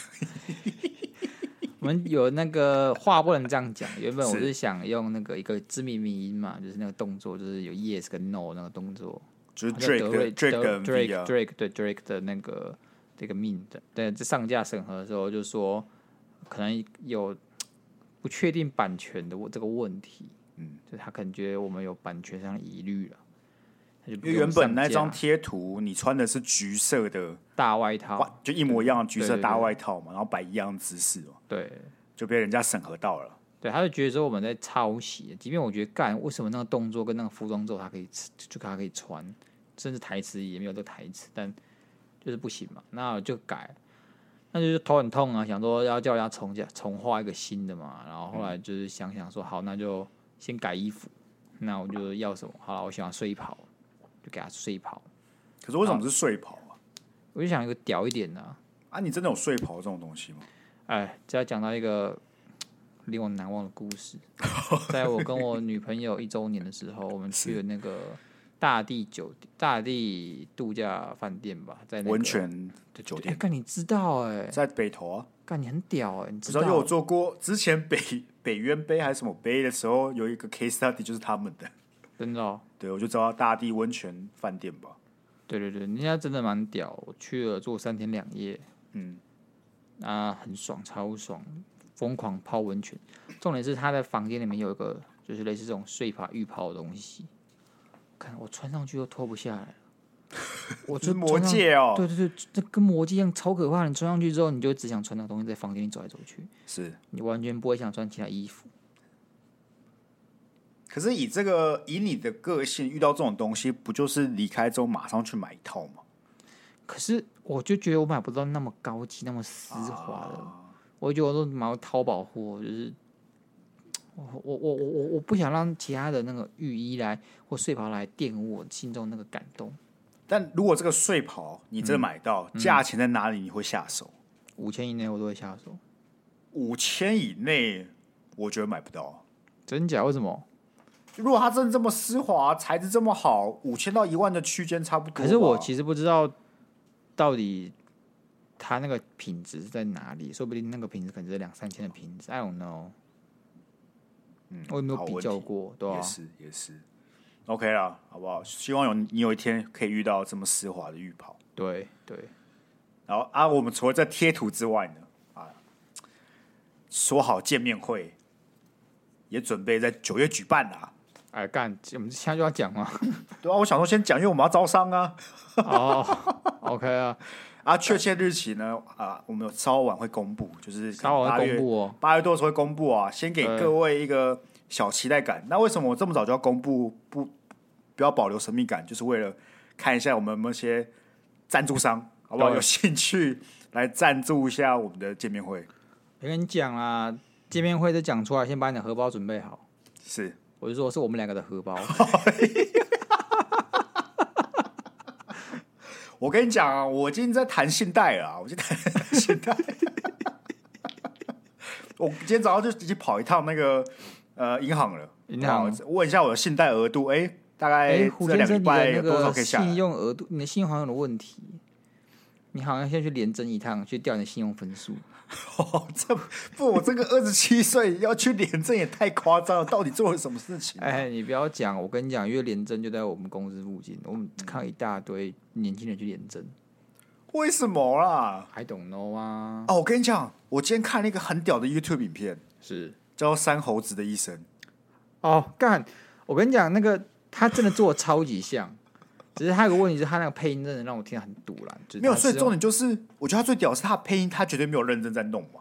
Speaker 3: 我们有那个话不能这样讲，原本我
Speaker 2: 是
Speaker 3: 是想用那个一个知名迷音嘛，就是那个动作，就是有 yes 跟 no 那个动作，
Speaker 2: 就是
Speaker 3: 好像德
Speaker 2: Drake
Speaker 3: 瑞德 Drake
Speaker 2: 的 Drake 的 MV 啊，
Speaker 3: Drake 对 Drake 的那个这个 min 的，对，这上架审核的时候就说可能有不确定版权的这个问题，嗯，就他可能觉得我们有版权上的疑虑了，他就不
Speaker 2: 因
Speaker 3: 给我
Speaker 2: 为原
Speaker 3: 们
Speaker 2: 本那
Speaker 3: 上
Speaker 2: 张
Speaker 3: 架
Speaker 2: 贴图你穿的是橘色的，
Speaker 3: 大外套，
Speaker 2: 哇，就一模一样的橘
Speaker 3: 对
Speaker 2: 色
Speaker 3: 对
Speaker 2: 大
Speaker 3: 对
Speaker 2: 外套嘛，然后摆一样的姿势嘛，
Speaker 3: 对，
Speaker 2: 就被人家审核到了。
Speaker 3: 对，他就觉得说我们在抄袭，即便我觉得干，为什么那个动作跟那个服装之后他可以就就他可以穿，甚至台词也没有这个台词，但就是不行嘛，那我就改，那就是头很痛啊，想说要叫人家重加重画一个新的嘛，然后后来就是想想说好，那就先改衣服，那我就要什么？好了，我喜欢睡衣袍，就给他睡衣袍，
Speaker 2: 可是为什么是睡袍啊？
Speaker 3: 我就想一个屌一点的、啊，
Speaker 2: 啊，你真的有睡袍这种东西吗？
Speaker 3: 哎，这要讲到一个令我难忘的故
Speaker 2: [laughs]
Speaker 3: 事，在我跟我女朋友一周年的时候，我们去了那个大地酒店、大地度假饭店吧，在、那个、
Speaker 2: 温泉的酒
Speaker 3: 哎，
Speaker 2: 店
Speaker 3: 干、你知道哎、
Speaker 2: 在北投啊，
Speaker 3: 干你很屌哎、你
Speaker 2: 你
Speaker 3: 知
Speaker 2: 知
Speaker 3: 道
Speaker 2: 道因为我做过之前 [laughs] 北北渊杯还是什么杯的时候，有一个 case study 就是他们的，
Speaker 3: 真的、哦，
Speaker 2: 对我就知道大地温泉饭店吧。
Speaker 3: 对对对，人家真的蛮屌，我去了做三天两夜，
Speaker 2: 嗯，
Speaker 3: 啊，很爽，超爽，疯狂泡温泉。重点是他的房间里面有一个就是类似这种睡袍浴袍的东西，看我穿上去都脱不下来了我
Speaker 2: [laughs] 这是
Speaker 3: 就
Speaker 2: 魔
Speaker 3: 穿上
Speaker 2: 戒哦，
Speaker 3: 对对对，这跟魔戒一样超可怕。你穿上去之后，你就只想穿那个东西在房间里走来走去，
Speaker 2: 是。
Speaker 3: 你完全不会想穿其他衣服。
Speaker 2: 可是以这个以你的个性遇到这种东西，不就是离开之后马上去买一套吗？
Speaker 3: 可是我就觉得我买不到那么高级、那么丝滑的，我觉得我都买淘宝货，就是我我我我我我不想让其他的那个浴衣来或睡袍来玷污我心中那个感动。
Speaker 2: 但如果这个睡袍你真的买到，
Speaker 3: 嗯
Speaker 2: 价钱在哪里你会下手？
Speaker 3: 五千以内我都会下手，
Speaker 2: 五千以内，我觉得买不到。
Speaker 3: 真假？为什么？
Speaker 2: 如果它真的这么丝滑，材质这么好，五千到一万的区间差不多吧。
Speaker 3: 可是我其实不知道到底它那个品质是在哪里，说不定那个品质可能是两三千的品质，I don't know，
Speaker 2: 嗯
Speaker 3: 我也没有
Speaker 2: 好
Speaker 3: 比
Speaker 2: 问
Speaker 3: 较
Speaker 2: 题
Speaker 3: 过，对吧、啊
Speaker 2: 也是也是，OK 啦，好不好？希望有你有一天可以遇到这么丝滑的浴袍。
Speaker 3: 对对，
Speaker 2: 然后啊，我们除了在贴图之外呢，啊，说好见面会，也准备在九月举办啦。
Speaker 3: 哎干，我们现在就要讲嘛，
Speaker 2: 对啊，我想说先讲，因为我们要招商啊。
Speaker 3: 哦，OK [laughs] 啊，
Speaker 2: 啊，确切日期呢，啊，我们稍晚会公布，就是
Speaker 3: 稍晚
Speaker 2: 8
Speaker 3: 会
Speaker 2: 月
Speaker 3: 公布哦，
Speaker 2: 八月多的时候会公布啊，先给
Speaker 3: 对
Speaker 2: 各位一个小期待感。那为什么我这么早就要公布？不，不要保留神秘感，就是为了看一下我们有没有一些赞助商，好不好？
Speaker 3: 对
Speaker 2: 有兴趣来赞助一下我们的见面会，
Speaker 3: 我跟你讲啦，见面会都讲出来，先把你的荷包准备好。
Speaker 2: 是
Speaker 3: 我就说是我们两个的荷包，
Speaker 2: 我跟你讲啊，我今天在谈信贷了啊，我今天谈信贷。 [laughs] 我今天早上就直接跑一趟那个呃银行了，
Speaker 3: 银行
Speaker 2: 好不好问一下我的信贷额度， [laughs] 哎、大概
Speaker 3: 哎，胡
Speaker 2: 这
Speaker 3: 先
Speaker 2: 两个
Speaker 3: 生，
Speaker 2: 礼
Speaker 3: 你
Speaker 2: 拜
Speaker 3: 的
Speaker 2: 有
Speaker 3: 那
Speaker 2: 多少
Speaker 3: 个
Speaker 2: 可以下
Speaker 3: 信
Speaker 2: 来？
Speaker 3: 用额度，你的信用好像有问题，你好像先去廉政一趟，去调你的信用分数。
Speaker 2: 哦，这不，我这个二十七岁要去廉政也太夸张了，到底做了什么事情、
Speaker 3: 哎，你不要讲，我跟你讲，因为廉政就在我们公司附近，我们看到一大堆年轻人去廉政
Speaker 2: 为什么啦？
Speaker 3: ，I don't know 啊，
Speaker 2: 哦，我跟你讲，我今天看了一个很屌的 YouTube 影片，
Speaker 3: 是
Speaker 2: 叫《山猴子的一生》。
Speaker 3: 哦，干，我跟你讲，那个他真的做的超级像，只是他有个问题是他那个配音真的让我听得很堵然，就是
Speaker 2: 没有，
Speaker 3: 他
Speaker 2: 所以
Speaker 3: 是
Speaker 2: 重
Speaker 3: 用
Speaker 2: 点就是，我觉得他最屌的是他的配音，他绝对没有认真在弄嘛。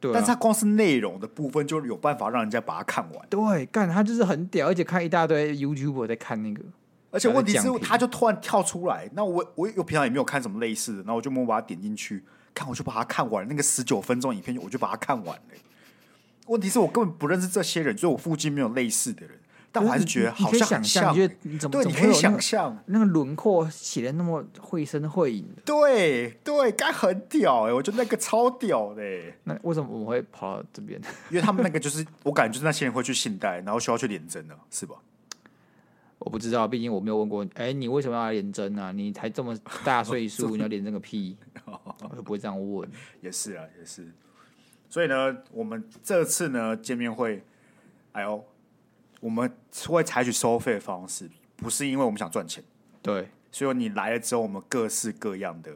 Speaker 3: 对啊、
Speaker 2: 但是它光是内容的部分就有办法让人家把它看完，
Speaker 3: 对，干他就是很屌，而且看一大堆 YouTuber 在看那个，
Speaker 2: 而且问题
Speaker 3: 还有奖
Speaker 2: 是
Speaker 3: 品
Speaker 2: 它就突然跳出来，那我我我平常也没有看什么类似的，然后我就默默把它点进去看，我就把它看完，那个十九分钟影片我就把它看完了。问题是我根本不认识这些人，所以我附近没有类似的人，但我还是觉得
Speaker 3: 你
Speaker 2: 好
Speaker 3: 可以
Speaker 2: 像
Speaker 3: 想象，
Speaker 2: 很像欸
Speaker 3: 你觉得你怎么
Speaker 2: 对，
Speaker 3: 怎
Speaker 2: 你
Speaker 3: 么
Speaker 2: 可
Speaker 3: 会
Speaker 2: 以
Speaker 3: 有那
Speaker 2: 想
Speaker 3: 个
Speaker 2: 象，
Speaker 3: 那个轮廓写的那么绘声绘影的？
Speaker 2: 对对，该很屌哎、我觉得那个超屌的、欸，
Speaker 3: 那为什么我们会跑到这边？ [laughs]
Speaker 2: 因为他们那个就是我感觉就是那些人会去信贷，然后需要去廉政的，是吧？
Speaker 3: 我不知道，毕竟我没有问过你。哎、你为什么要来连针啊？你才这么大岁
Speaker 2: [laughs]
Speaker 3: 数，你要连针个屁？
Speaker 2: 哦
Speaker 3: 我就不会这样问。
Speaker 2: 也是啊，也是。所以呢，我们这次呢见面会，哎呦，我们会采取收费的方式，不是因为我们想赚钱，
Speaker 3: 对，
Speaker 2: 所以你来了之后，我们各式各样的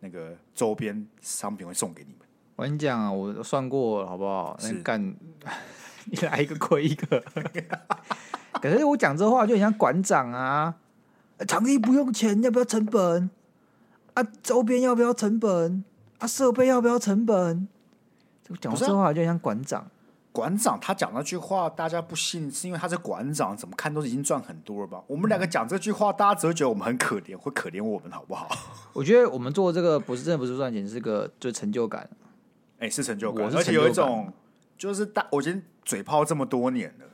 Speaker 2: 那个周边商品会送给你们。
Speaker 3: 我跟你讲啊，我算过了，好不好？那
Speaker 2: 是
Speaker 3: 干， [laughs] 你来一个亏一个。 [laughs] 可是我讲这话就很像馆长啊，呃场地不用钱，要不要成本？啊，周边要不要成本？啊，设备要不要成本？我讲
Speaker 2: 不是啊
Speaker 3: 这话就很像馆长。
Speaker 2: 馆长他讲那句话，大家不信，是因为他是馆长，怎么看都已经赚很多了吧？我们两个讲这句话，大家只会觉得我们很可怜，会可怜我们，好不好？
Speaker 3: 我觉得我们做这个不是真的不是赚钱，是个就是成就感。
Speaker 2: 哎、是成就感，
Speaker 3: 我是
Speaker 2: 而且有一
Speaker 3: 成就感
Speaker 2: 种就是大，我已经嘴炮这么多年了，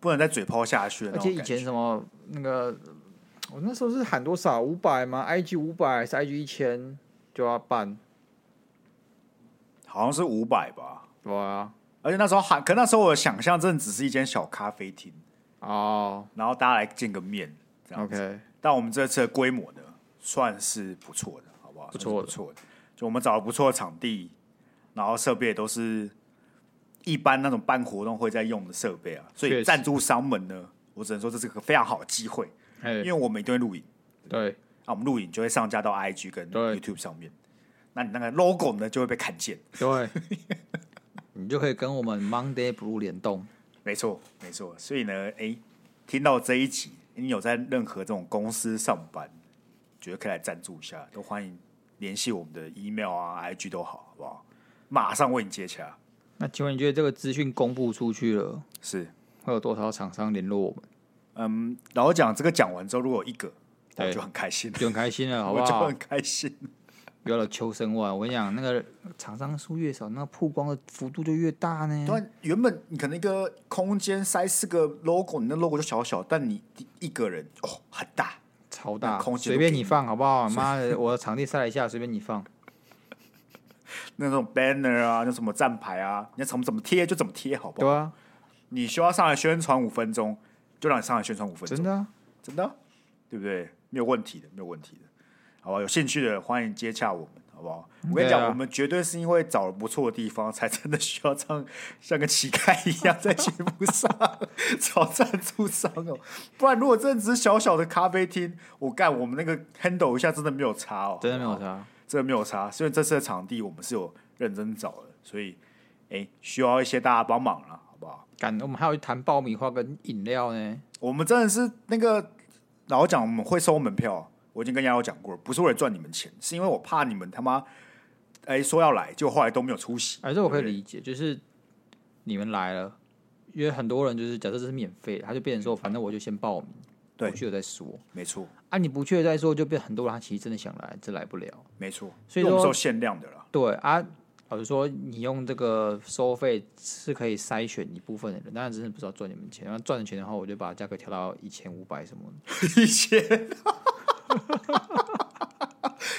Speaker 2: 不能再嘴炮下去了。
Speaker 3: 而且以前什么那个，我那时候是喊多少五百吗？IG 五百还是 IG 一千就要办，
Speaker 2: 好像是五百吧，
Speaker 3: 对啊，
Speaker 2: 而且那时候喊，可那时候我的想象真的只是一间小咖啡厅，
Speaker 3: 哦
Speaker 2: 然后大家来见个面这样子。
Speaker 3: ，OK，
Speaker 2: 但我们这次的规模呢，算是不错的，好不好？
Speaker 3: 不错
Speaker 2: 算是不错的。就我们找了不错的场地，然后设备也都是一般那种办活动会在用的设备啊，所
Speaker 3: 确
Speaker 2: 以
Speaker 3: 实
Speaker 2: 赞助商们呢，我只能说这是个非常好的机会，
Speaker 3: 哎
Speaker 2: 因为我们一定会录影。
Speaker 3: 对，
Speaker 2: 啊，我们录影就会上架到 IG 跟
Speaker 3: 对
Speaker 2: YouTube 上面。那你那个 logo 呢就会被看见，
Speaker 3: [laughs] 对，你就可以跟我们 Monday Blue 联动。
Speaker 2: 没错，没错。所以呢，诶，听到这一集，你有在任何这种公司上班，觉得可以来赞助一下，都欢迎联系我们的 email 啊、IG 都好，好不好？马上为你接洽。
Speaker 3: 那请问你觉得这个资讯公布出去了，
Speaker 2: 是，
Speaker 3: 会有多少厂商联络我们？
Speaker 2: 嗯，老实讲，这个讲完之后，如果有一个，我就很开心，
Speaker 3: 就很开心
Speaker 2: [laughs]
Speaker 3: 了，好不
Speaker 2: 我就
Speaker 3: 好
Speaker 2: 很？开心。
Speaker 3: 有了求生万，我跟你讲，那个厂商数越少，那曝光的幅度就越大呢。
Speaker 2: 对啊，原本你可能一个空间塞四个 logo，你那 logo 就小小，但你一个人哦很大，
Speaker 3: 超大，
Speaker 2: 那空姐都
Speaker 3: 随便
Speaker 2: 给
Speaker 3: 你放好不
Speaker 2: [laughs]
Speaker 3: 好？妈的，我场地塞一下，随便你放。
Speaker 2: 那种 banner 啊，那什么站牌啊，你要怎么怎么贴就怎么贴，好 [laughs] 不
Speaker 3: 对
Speaker 2: 好？
Speaker 3: 啊，
Speaker 2: 你需要上来宣传五分钟，就让你上来宣传五分钟，
Speaker 3: 真的啊、
Speaker 2: 真的啊，对不对？没有问题的，没有问题的，好吧？有兴趣的欢迎接洽我们，好不好？我跟你讲，
Speaker 3: 对啊
Speaker 2: 我们绝对是因为找了不错的地方，才真的需要这样像个乞丐一样在节目上 [laughs] 找赞助商哦。不然，如果真的只是小小的咖啡厅，我干我们那个 handle 一下真的没有差哦，
Speaker 3: 真的没
Speaker 2: 好
Speaker 3: 有
Speaker 2: 不好
Speaker 3: 差。
Speaker 2: 这个没有差，所以这次的场地我们是有认真找的，所以哎、诶需要一些大家帮忙了，好不好？
Speaker 3: 敢，我们还要去谈爆米花跟饮料呢。
Speaker 2: 我们真的是那个老实讲，我们会收门票，我已经跟丫头讲过了，不是为了赚你们钱，是因为我怕你们他妈哎、说要来，结果后来都没有出席。
Speaker 3: 哎，这我可以
Speaker 2: 对不对
Speaker 3: 理解，就是你们来了，因为很多人就是假设这是免费的，他就变成说，反正我就先报名，
Speaker 2: 对
Speaker 3: 我去了再说。
Speaker 2: 没错，
Speaker 3: 啊，你不去了再说，就变很多人他其实真的想来，这来不了。
Speaker 2: 没错，
Speaker 3: 所以
Speaker 2: 因为我们
Speaker 3: 说
Speaker 2: 是有限量的啦。
Speaker 3: 对啊，老实说，你用这个收费是可以筛选一部分的人，当然真的不知道赚你们钱。然后赚了钱的话，我就把价格调到一千五百什么的。
Speaker 2: 一千，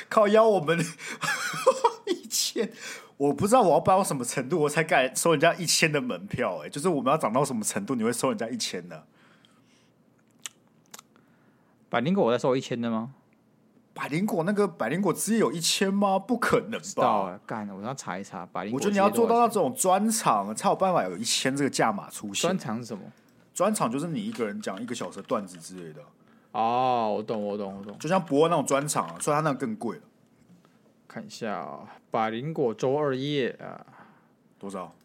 Speaker 2: 靠邀我们 [laughs] 一千，我不知道我要搬到什么程度，我才敢收人家一千的门票、哎，就是我们要涨到什么程度，你会收人家一千呢？
Speaker 3: 百灵果我在收一千的吗？
Speaker 2: 百灵果那个百灵果直接有一千吗？不可能
Speaker 3: 知道
Speaker 2: 吧！
Speaker 3: 了，干了，我要查一查百灵果
Speaker 2: 我觉
Speaker 3: 直
Speaker 2: 得你
Speaker 3: 接
Speaker 2: 要
Speaker 3: 多少钱。
Speaker 2: 做到那种专场，才有办法有一千这个价码出现
Speaker 3: 专。长是什么？
Speaker 2: 专场就是你一个人讲一个小时的段子之类的，
Speaker 3: 哦，我懂，我懂，我懂。
Speaker 2: 就像博那种专场、啊，虽然它那个更贵了，
Speaker 3: 看一下啊、百灵果周二夜啊，
Speaker 2: 多少？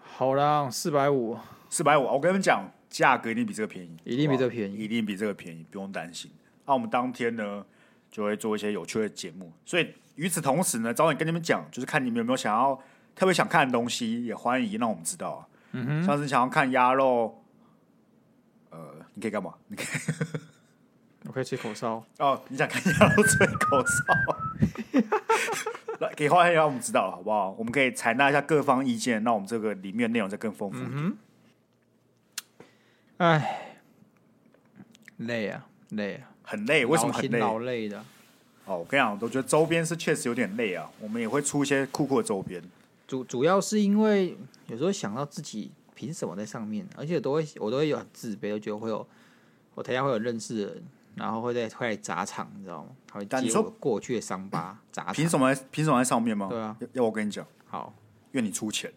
Speaker 3: 好啦，四百五，
Speaker 2: 四百五。我跟你们讲，价格一定比这个便宜，
Speaker 3: 一定比
Speaker 2: 好不
Speaker 3: 这
Speaker 2: 好
Speaker 3: 便宜。
Speaker 2: 一定比这个便宜，不用担心。那、我们当天呢，就会做一些有趣的节目。所以与此同时呢，早点跟你们讲，就是看你们有没有想要特别想看的东西，也欢迎让我们知道啊。嗯哼，像是想要看鸭肉，呃，你可以干嘛？你可以
Speaker 3: 我可以吃口哨，
Speaker 2: 哦，你想看鸭肉吹口哨？嗯来，给欢迎让我们知道好不好？我们可以采纳一下各方意见，让我们这个里面内容再更丰富一点。
Speaker 3: 累啊，累啊，
Speaker 2: [laughs] 很累，哎为什么
Speaker 3: 劳
Speaker 2: 很
Speaker 3: 心
Speaker 2: 累？
Speaker 3: 劳累的？
Speaker 2: 哦，我跟你讲，我都觉得周边是确实有点累啊。我们也会出一些酷酷的周边。
Speaker 3: 主主要是因为有时候想到自己凭什么在上面，而且都会我都会有很自卑，我觉得会有我台下会有认识的人，然后会在会来砸场，你知道吗？他会
Speaker 2: 但你
Speaker 3: 揭
Speaker 2: 说
Speaker 3: 我过去的伤疤，砸场
Speaker 2: [coughs] 凭。什么在？凭什么在上面吗？
Speaker 3: 对啊
Speaker 2: 要，要我跟你讲，
Speaker 3: 好，
Speaker 2: 因为你出钱。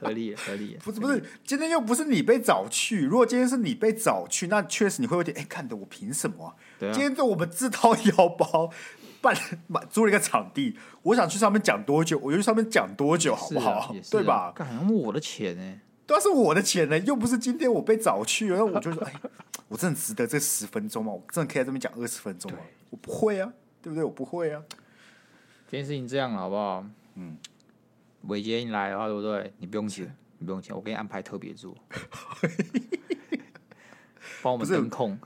Speaker 3: 合理合理。
Speaker 2: 不是不是，嗯今天又不是你被找去。如果今天是你被找去，那确实你会有点，哎，看的我凭什么、啊？
Speaker 3: 对啊
Speaker 2: 今天这我们自掏腰包办 [laughs] 买租了一个场地，我想去上面讲多久，我就去上面讲多久，好
Speaker 3: 是
Speaker 2: 不
Speaker 3: 啊
Speaker 2: 好？
Speaker 3: 也是啊
Speaker 2: 对吧？
Speaker 3: 干，那我的钱呢、
Speaker 2: 都是我的钱呢，又不是今天我被找去了，那我就说，哎，我真的值得这十分钟吗？我真的可以在这边讲二十分钟吗？我不会啊，对不对？我不会啊。
Speaker 3: 这件事情这样了好不好？嗯，伟杰你来的话，对不对？你不用钱，你不用钱，我给你安排特别
Speaker 2: [laughs]
Speaker 3: 座，帮我们
Speaker 2: 不是
Speaker 3: 灯控。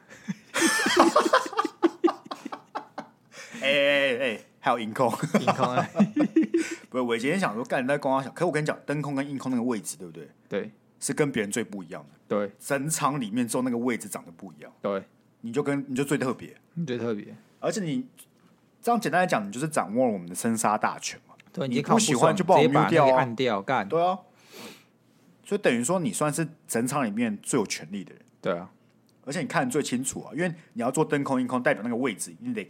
Speaker 2: 哎哎哎，还有音控。
Speaker 3: 硬控
Speaker 2: [laughs]
Speaker 3: 啊
Speaker 2: 不是，我今天想说干你在光华小，可是我跟你讲，灯控跟硬控那个位置，对不对？
Speaker 3: 对
Speaker 2: 是跟别人最不一样的，
Speaker 3: 对
Speaker 2: 整场里面只有那个位置长得不一样，
Speaker 3: 对，
Speaker 2: 你就跟你就最特别，
Speaker 3: 你最特别。
Speaker 2: 而且你这样简单来讲，你就是掌握了我们的生杀大权嘛。
Speaker 3: 对，
Speaker 2: 你
Speaker 3: 今天
Speaker 2: 不
Speaker 3: 看我
Speaker 2: 喜
Speaker 3: 爽
Speaker 2: 欢就把我
Speaker 3: 直接把
Speaker 2: mute 掉
Speaker 3: 那个
Speaker 2: 啊
Speaker 3: 按掉，干。
Speaker 2: 对啊，所以等于说你算是整场里面最有权力的人，
Speaker 3: 对啊，
Speaker 2: 而且你看得最清楚啊，因为你要做灯控硬控，代表那个位置你得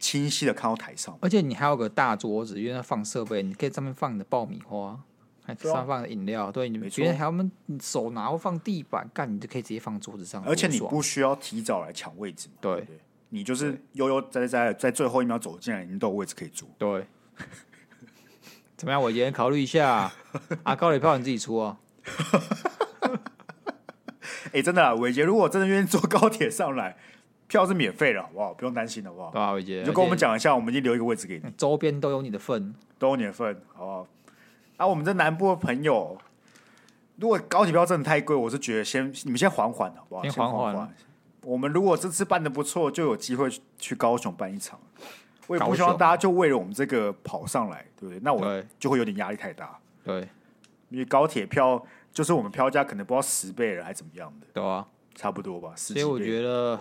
Speaker 2: 清晰的看到台上。
Speaker 3: 而且你还有个大桌子，因为它放设备，你可以上面放你的爆米花，还
Speaker 2: 对啊
Speaker 3: 沙发的饮料，对，你
Speaker 2: 没
Speaker 3: 们
Speaker 2: 错
Speaker 3: 别人还要们手拿或放地板，干你就可以直接放桌子上，
Speaker 2: 而且你
Speaker 3: 多爽
Speaker 2: 嗯不需要提早来抢位置嘛，
Speaker 3: 对
Speaker 2: 不对？你就是悠悠哉哉地在最后一秒走进来，你都有位置可以坐。
Speaker 3: 对， [laughs] 怎么样？我今天考虑一下啊，高铁票你自己出啊，
Speaker 2: 哎、真的啊，伟杰，如果真的愿意坐 [laughs] 高铁上来，票是免费的，好不好？不用担心，好不好
Speaker 3: 对？吧、啊，伟杰？
Speaker 2: 你就跟我们
Speaker 3: 而且
Speaker 2: 讲一下，我们已经留一个位置给你，
Speaker 3: 周边都有你的份，
Speaker 2: 都有你的份，好不好？啊，我们这南部的朋友，如果高铁票真的太贵，我是觉得先你们先缓缓，好不好？
Speaker 3: 先
Speaker 2: 缓
Speaker 3: 缓缓
Speaker 2: 我们如果这次办的不错，就有机会去去高雄办一场。我也
Speaker 3: 高
Speaker 2: 不希
Speaker 3: 雄
Speaker 2: 望大家就为了我们这个跑上来，对不对？那哦我
Speaker 3: 对
Speaker 2: 就会有点压力太大，
Speaker 3: 对
Speaker 2: 因为高铁票就是我们票价可能不知道十倍了，还怎么样的，
Speaker 3: 对啊。
Speaker 2: 差不多吧。
Speaker 3: 所
Speaker 2: 十
Speaker 3: 以
Speaker 2: 几
Speaker 3: 我
Speaker 2: 倍
Speaker 3: 觉得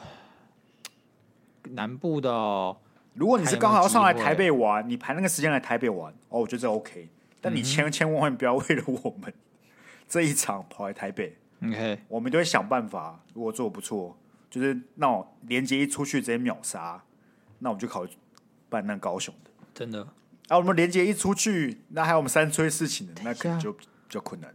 Speaker 3: 南部的哦、
Speaker 2: 如果你是刚好要上来台北玩，你排那个时间来台北玩，哦，我觉得这 OK。但你
Speaker 3: 嗯
Speaker 2: 千千万万不要为了我们 [laughs] 这一场跑来台北，
Speaker 3: OK，
Speaker 2: 我们都会想办法。如果做的不错，就是那种连接一出去直接秒杀，那我们就考虑办那高雄的。
Speaker 3: 真的，
Speaker 2: 啊，我们连接一出去，那还有我们三催四请的，那
Speaker 3: 一下
Speaker 2: 可能就比较困难。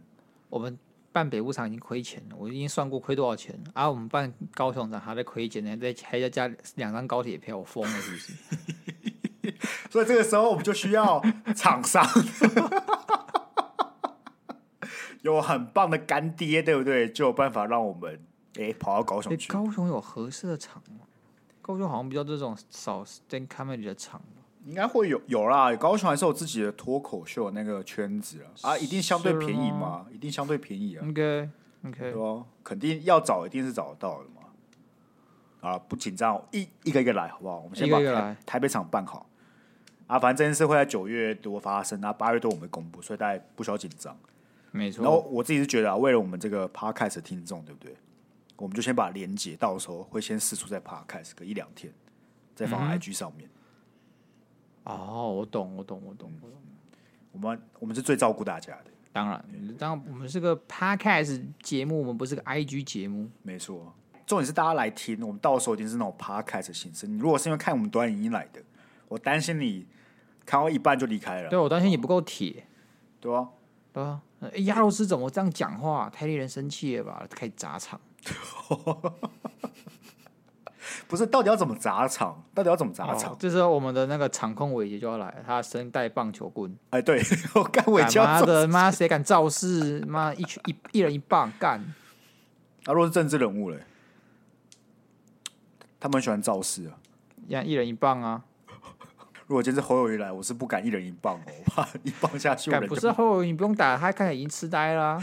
Speaker 3: 我们办北部场已经亏钱了，我已经算过亏多少钱啊！我们办高雄场还在亏钱呢，再还要加两张高铁票，我疯了是不
Speaker 2: [laughs]
Speaker 3: 是？
Speaker 2: 所以这个时候我们就需要厂商， [laughs] 有很棒的干爹，对不对？就有办法让我们诶、跑到高
Speaker 3: 所
Speaker 2: 雄
Speaker 3: 以
Speaker 2: 去。
Speaker 3: 哎高雄有合适的场吗？高雄好像比较这种少 stand comedy 的场吧
Speaker 2: 应该会有有啦，高雄还是有自己的脱口秀那个圈子啦啊，一定相对便宜嘛，一定相对便宜啊，
Speaker 3: ，OK
Speaker 2: 对啊
Speaker 3: OK，
Speaker 2: 吧？肯定要找，一定是找得到的嘛。啊，不紧张，一一个一个来，好不好？我们先
Speaker 3: 一
Speaker 2: 把
Speaker 3: 个
Speaker 2: 台
Speaker 3: 一个来
Speaker 2: 台北场办好。啊，反正这件事会在九月多发生，啊，八月多我们会公布，所以大家不需要紧张。
Speaker 3: 没
Speaker 2: 然后
Speaker 3: 错，
Speaker 2: 我自己是觉得啊，为了我们这个 podcast 的听众，对不对？我们就先把连接到时候会先试出在 podcast 个一两天，再
Speaker 3: 嗯
Speaker 2: 放到 IG 上面。
Speaker 3: 哦，我懂，我懂，我懂，
Speaker 2: 嗯
Speaker 3: 我懂。
Speaker 2: 我们我们是最照顾大家的。
Speaker 3: 当然，当然，我们是个 podcast 节目，我们不是个 IG 节目。
Speaker 2: 没错，重点是大家来听，我们到时候一定是那种 podcast 的形式。你如果是因为看我们短影音来的，我担心你看到一半就离开了，
Speaker 3: 对我担心你不够铁，
Speaker 2: 对吧、啊？
Speaker 3: 对吧、啊？诶鸭肉丝怎么这样讲话？太令人生气了吧！开始砸场，
Speaker 2: 不是，到底要怎么砸场？到底要怎么砸场
Speaker 3: 哦？这时候我们的那个场控伟杰就要来了，他身带棒球棍，
Speaker 2: 哎、对 [laughs] 我干我也
Speaker 3: 干
Speaker 2: 就要
Speaker 3: 妈
Speaker 2: 做。
Speaker 3: 的妈谁敢造势？妈一群一一人一棒干，
Speaker 2: 啊那、如果是政治人物嘞，他们很喜欢造势啊。
Speaker 3: 一人一人一棒啊！
Speaker 2: 如果今天是侯友宜来，我是不敢一人一棒哦，
Speaker 3: [laughs]
Speaker 2: 我怕一棒下去我
Speaker 3: 干
Speaker 2: 人
Speaker 3: 不
Speaker 2: 就是
Speaker 3: 后你不用打，他看起来已经痴呆啦、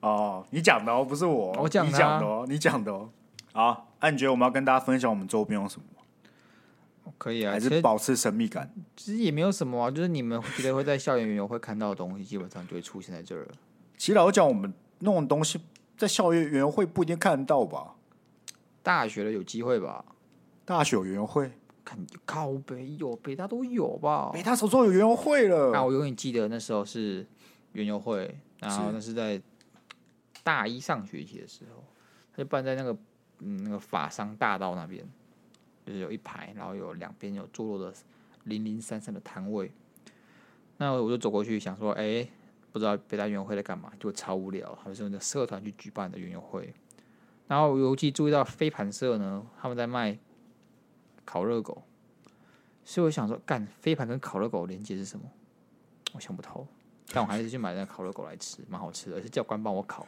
Speaker 2: 哦，你讲的哦，不是我，
Speaker 3: 我讲的啊
Speaker 2: 你讲的哦，你讲的哦。好，那、你觉得我们要跟大家分享我们周边有什么，
Speaker 3: 可以啊，
Speaker 2: 还
Speaker 3: 呃其
Speaker 2: 是
Speaker 3: 实
Speaker 2: 保持神秘感？
Speaker 3: 其实也没有什么啊，就是你们觉得会在校园游会看到的东西，基本上就会出现在这儿了。
Speaker 2: 其实老实讲，我们弄的东西在校园园游会不一定看得到吧？
Speaker 3: 大学的有机会吧？
Speaker 2: 大学有园游会，
Speaker 3: 看靠北有，北大都有吧？
Speaker 2: 北大手中有园游会
Speaker 3: 那
Speaker 2: 了。
Speaker 3: 我永远记得那时候是园游会，然后
Speaker 2: 是
Speaker 3: 那是在大一上学期的时候，他就办在那个嗯那个法商大道那边，就是有一排，然后有两边有坐落的零零散散的摊位。那我就走过去想说，哎、不知道北大园游会在干嘛，就超无聊。他们是用的社团去举办的园游会，然后我尤其注意到飞盘社呢，他们在卖烤热狗，所以我想说，干飞盘跟烤热狗的连接是什么？我想不透，但我还是去买那个烤热狗来吃，蛮好吃的，而且教官帮我烤。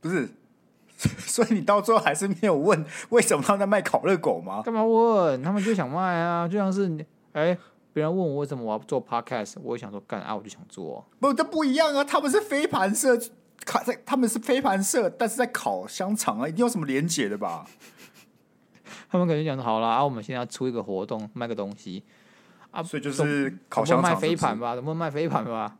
Speaker 2: 不是， [laughs] 所以你到最后还是没有问为什么他们在卖烤热狗吗？
Speaker 3: 干嘛问？他们就想卖啊，就像是你哎，别人问我为什么我要做 podcast，我也想说干啊，我就想做、
Speaker 2: 不，这不一样啊！他们是飞盘社，烤在他们是飞盘社，但是在烤香肠啊，一定有什么连结的吧？
Speaker 3: 他们可能讲说好啦，啊，我们现在要出一个活动，卖个东西，啊
Speaker 2: 所以就
Speaker 3: 总
Speaker 2: 是烤
Speaker 3: 总不
Speaker 2: 香
Speaker 3: 能卖
Speaker 2: 肠
Speaker 3: 飞盘
Speaker 2: 吧。
Speaker 3: 吧，能不能卖飞盘吧？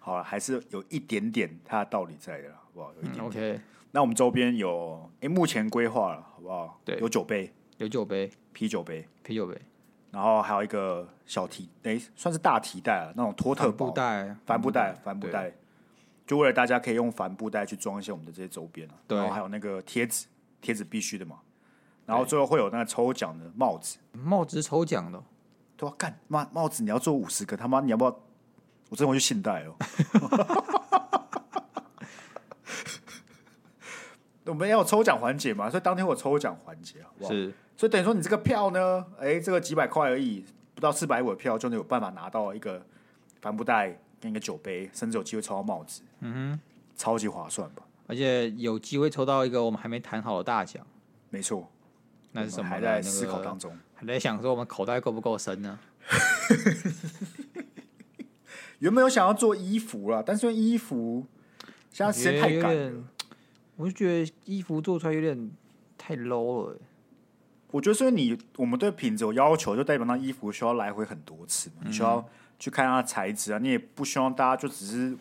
Speaker 2: 好了，还是有一点点它的道理在的啦，好不好？有一点
Speaker 3: 嗯
Speaker 2: 点。
Speaker 3: ，OK，
Speaker 2: 那我们周边有，哎、目前规划了，好不好？
Speaker 3: 对
Speaker 2: 有酒杯、
Speaker 3: 有酒杯，
Speaker 2: 啤酒杯，
Speaker 3: 啤酒杯，
Speaker 2: 然后还有一个小提，诶，算是大提袋啊，那种托特
Speaker 3: 帆布
Speaker 2: 包、
Speaker 3: 袋，啊嗯
Speaker 2: 帆布袋、帆布
Speaker 3: 对，
Speaker 2: 袋，就为了大家可以用帆布袋去装一些我们的这些周边啊。
Speaker 3: 对
Speaker 2: 然后还有那个贴纸，贴纸必须的嘛。然后最后会有那个抽奖的帽子。
Speaker 3: 帽子是抽奖的哦、
Speaker 2: 对啊，干妈帽子你要做五十个，他妈你要不要？我真的会去信贷哦。 [laughs] 我们要有抽奖环节嘛，所以当天我抽奖环节，啊好不好？
Speaker 3: 是
Speaker 2: 所以等于说你这个票呢，哎，这个几百块而已，不到四百五的票就能有办法拿到一个帆布袋跟一个酒杯，甚至有机会抽到帽子。嗯哼，超级划算吧？
Speaker 3: 而且有机会抽到一个我们还没谈好的大奖，
Speaker 2: 没错，
Speaker 3: 那是什
Speaker 2: 我们
Speaker 3: 么呢？
Speaker 2: 还在
Speaker 3: 那个
Speaker 2: 思考当中。
Speaker 3: 还在想说我们口袋够不够深呢？
Speaker 2: 原本有想要做衣服啦，但是因为衣服现在时间太
Speaker 3: 我觉
Speaker 2: 赶
Speaker 3: 得有
Speaker 2: 了
Speaker 3: 点，我就觉得衣服做出来有点太 low 了、欸
Speaker 2: 我觉得，所以你我们对品质有要求，就代表那衣服需要来回很多次嘛，
Speaker 3: 嗯
Speaker 2: 你需要去看它的材质啊，你也不希望大家就只是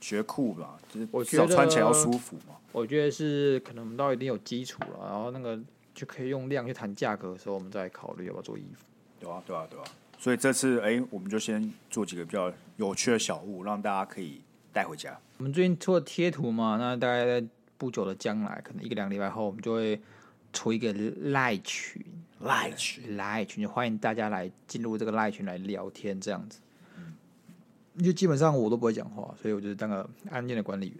Speaker 2: 觉酷吧，就是
Speaker 3: 我
Speaker 2: 至少
Speaker 3: 觉得
Speaker 2: 穿起来要舒服嘛。
Speaker 3: 我觉得是可能我们到一定有基础了，然后那个就可以用量去谈价格的时候，我们再考虑要不要做衣服。
Speaker 2: 对啊，对啊，对啊。所以这次，哎，我们就先做几个比较有趣的小物，让大家可以带回家。
Speaker 3: 我们最近做贴图嘛，那大概在不久的将来，可能一个两个礼拜后，我们就会出一个赖群，
Speaker 2: 赖群，
Speaker 3: 赖群就欢迎大家来进入这个赖群来聊天这样子。就基本上我都不会讲话，所以我就是当个安静的管理员。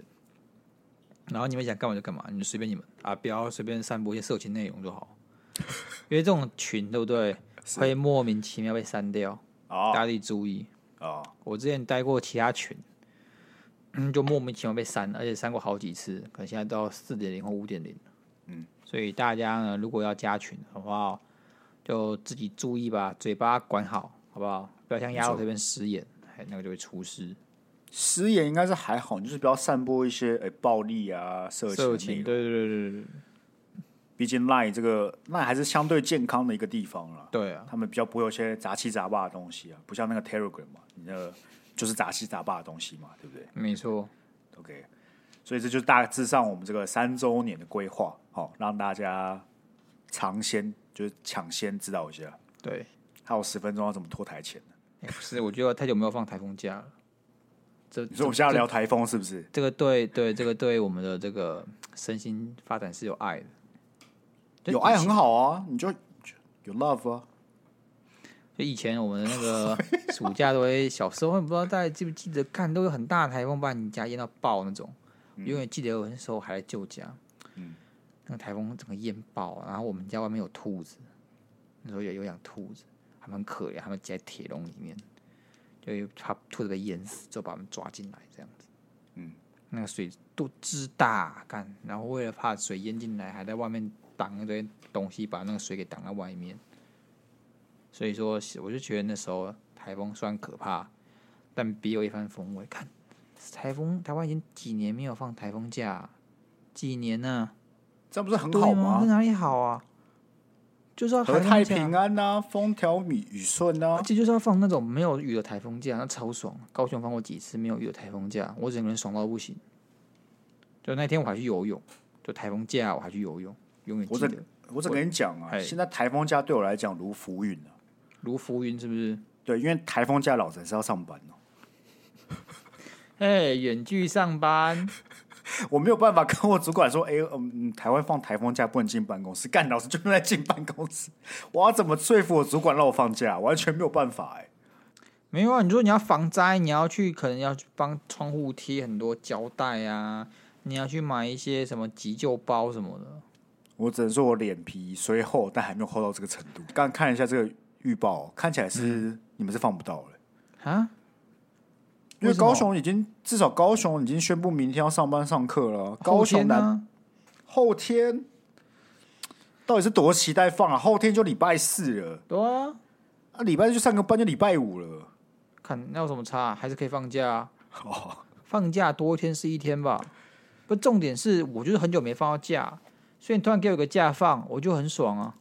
Speaker 3: 然后你们想干嘛就干嘛，你们随便你们啊，不要随便散播一些色情内容就好。因为这种群对不对，会莫名其妙被删掉，
Speaker 2: 哦
Speaker 3: 大家得注意。
Speaker 2: 哦，
Speaker 3: 我之前待过其他群，嗯，就莫名其妙被删，而且删过好几次，可能现在到四点零或五点零。
Speaker 2: 嗯，
Speaker 3: 所以大家呢，如果要加群，好不好？就自己注意吧，嘴巴管好，好不好？不要像鸭肉这边食言，哎，那个就会出事。
Speaker 2: 食言应该是还好，你就是不要散播一些哎暴力啊、色情
Speaker 3: 色
Speaker 2: 的
Speaker 3: 情，
Speaker 2: 内容。
Speaker 3: 对对对对对
Speaker 2: 毕竟赖这个赖还是相对健康的一个地方啦。
Speaker 3: 对啊！
Speaker 2: 他们比较不会有一些杂七杂八的东西啊，不像那个 Telegram 嘛，你那个就是杂七杂八的东西嘛，对不对
Speaker 3: 没错，
Speaker 2: ？OK，所以这就是大致上我们这个三周年的规划，好、让大家尝鲜，就是抢先知道一下，
Speaker 3: 对，
Speaker 2: 还有十分钟要怎么拖台前呢？
Speaker 3: 哎不是，我觉得太久没有放台风假了。这
Speaker 2: 你说我们现在要聊台风是不是？
Speaker 3: 这个对对，这个对我们的这个身心发展是有爱的，就
Speaker 2: 有爱很好啊，你就有 love 啊，
Speaker 3: 就以前我们那个暑假都会，小时候不知道大家记不记得，看都有很大的台风把你家淹到爆那种。我永远记得我那时候还在旧家，那个台风整个淹爆，然后我们家外面有兔子，那时候也有养兔子，它们很可怜，它们挤在铁笼里面，就又怕兔子被淹死，就把它们抓进来这样子。
Speaker 2: 嗯，
Speaker 3: 那个水都之大，干，然后为了怕水淹进来，还在外面挡一堆东西，把那个水给挡在外面。所以说，我就觉得那时候台风虽然可怕，但别有一番风味。看台风，台湾已经几年没有放台风假，几年呢、
Speaker 2: 这样不是很
Speaker 3: 对
Speaker 2: 好
Speaker 3: 吗？
Speaker 2: 吗
Speaker 3: 在？哪里好啊？就是要
Speaker 2: 和
Speaker 3: 台风
Speaker 2: 泰
Speaker 3: 假
Speaker 2: 平，啊安呐、风调雨雨顺啊
Speaker 3: 而，且就是要放那种没有雨的台风假，那超爽。高雄放过几次没有雨的台风假，我整个人爽到不行。就那天我还去游泳，就台风假我还去游泳，永远
Speaker 2: 我
Speaker 3: 记
Speaker 2: 整
Speaker 3: 得。
Speaker 2: 我只跟你讲啊，
Speaker 3: 嘿
Speaker 2: 现在台风假对我来讲如浮云啊。
Speaker 3: 如浮云是不是？
Speaker 2: 对，因为台风假老子还是要上班哦，
Speaker 3: 哎，远距上班，
Speaker 2: [laughs] 我没有办法跟我主管说，哎、嗯嗯，台湾放台风假不能进办公室，干老子就不能来进办公室， [laughs] 我要怎么说服我主管让我放假？完全没有办法哎、
Speaker 3: 没有啊，你说你要防灾，你要去可能要去帮窗户贴很多胶带啊，你要去买一些什么急救包什么的。
Speaker 2: 我只能说我脸皮虽厚，但还没有厚到这个程度。刚刚看了一下这个预报，看起来是、
Speaker 3: 嗯
Speaker 2: 你们是放不到了、
Speaker 3: 啊？为
Speaker 2: 因为
Speaker 3: 什么
Speaker 2: 高雄已经至少高雄已经宣布明天要上班上课了，高
Speaker 3: 后
Speaker 2: 雄
Speaker 3: 天啊
Speaker 2: 南
Speaker 3: 呢？
Speaker 2: 后天到底是多期待放啊？后天就礼拜四了，
Speaker 3: 对啊，
Speaker 2: 啊，礼拜四就上个班就礼拜五了。
Speaker 3: 看那有什么差、还是可以放假、啊。
Speaker 2: 哦，
Speaker 3: 放假多一天是一天吧。不，重点是我就是很久没放到假，所以你突然给我一个假放，我就很爽啊。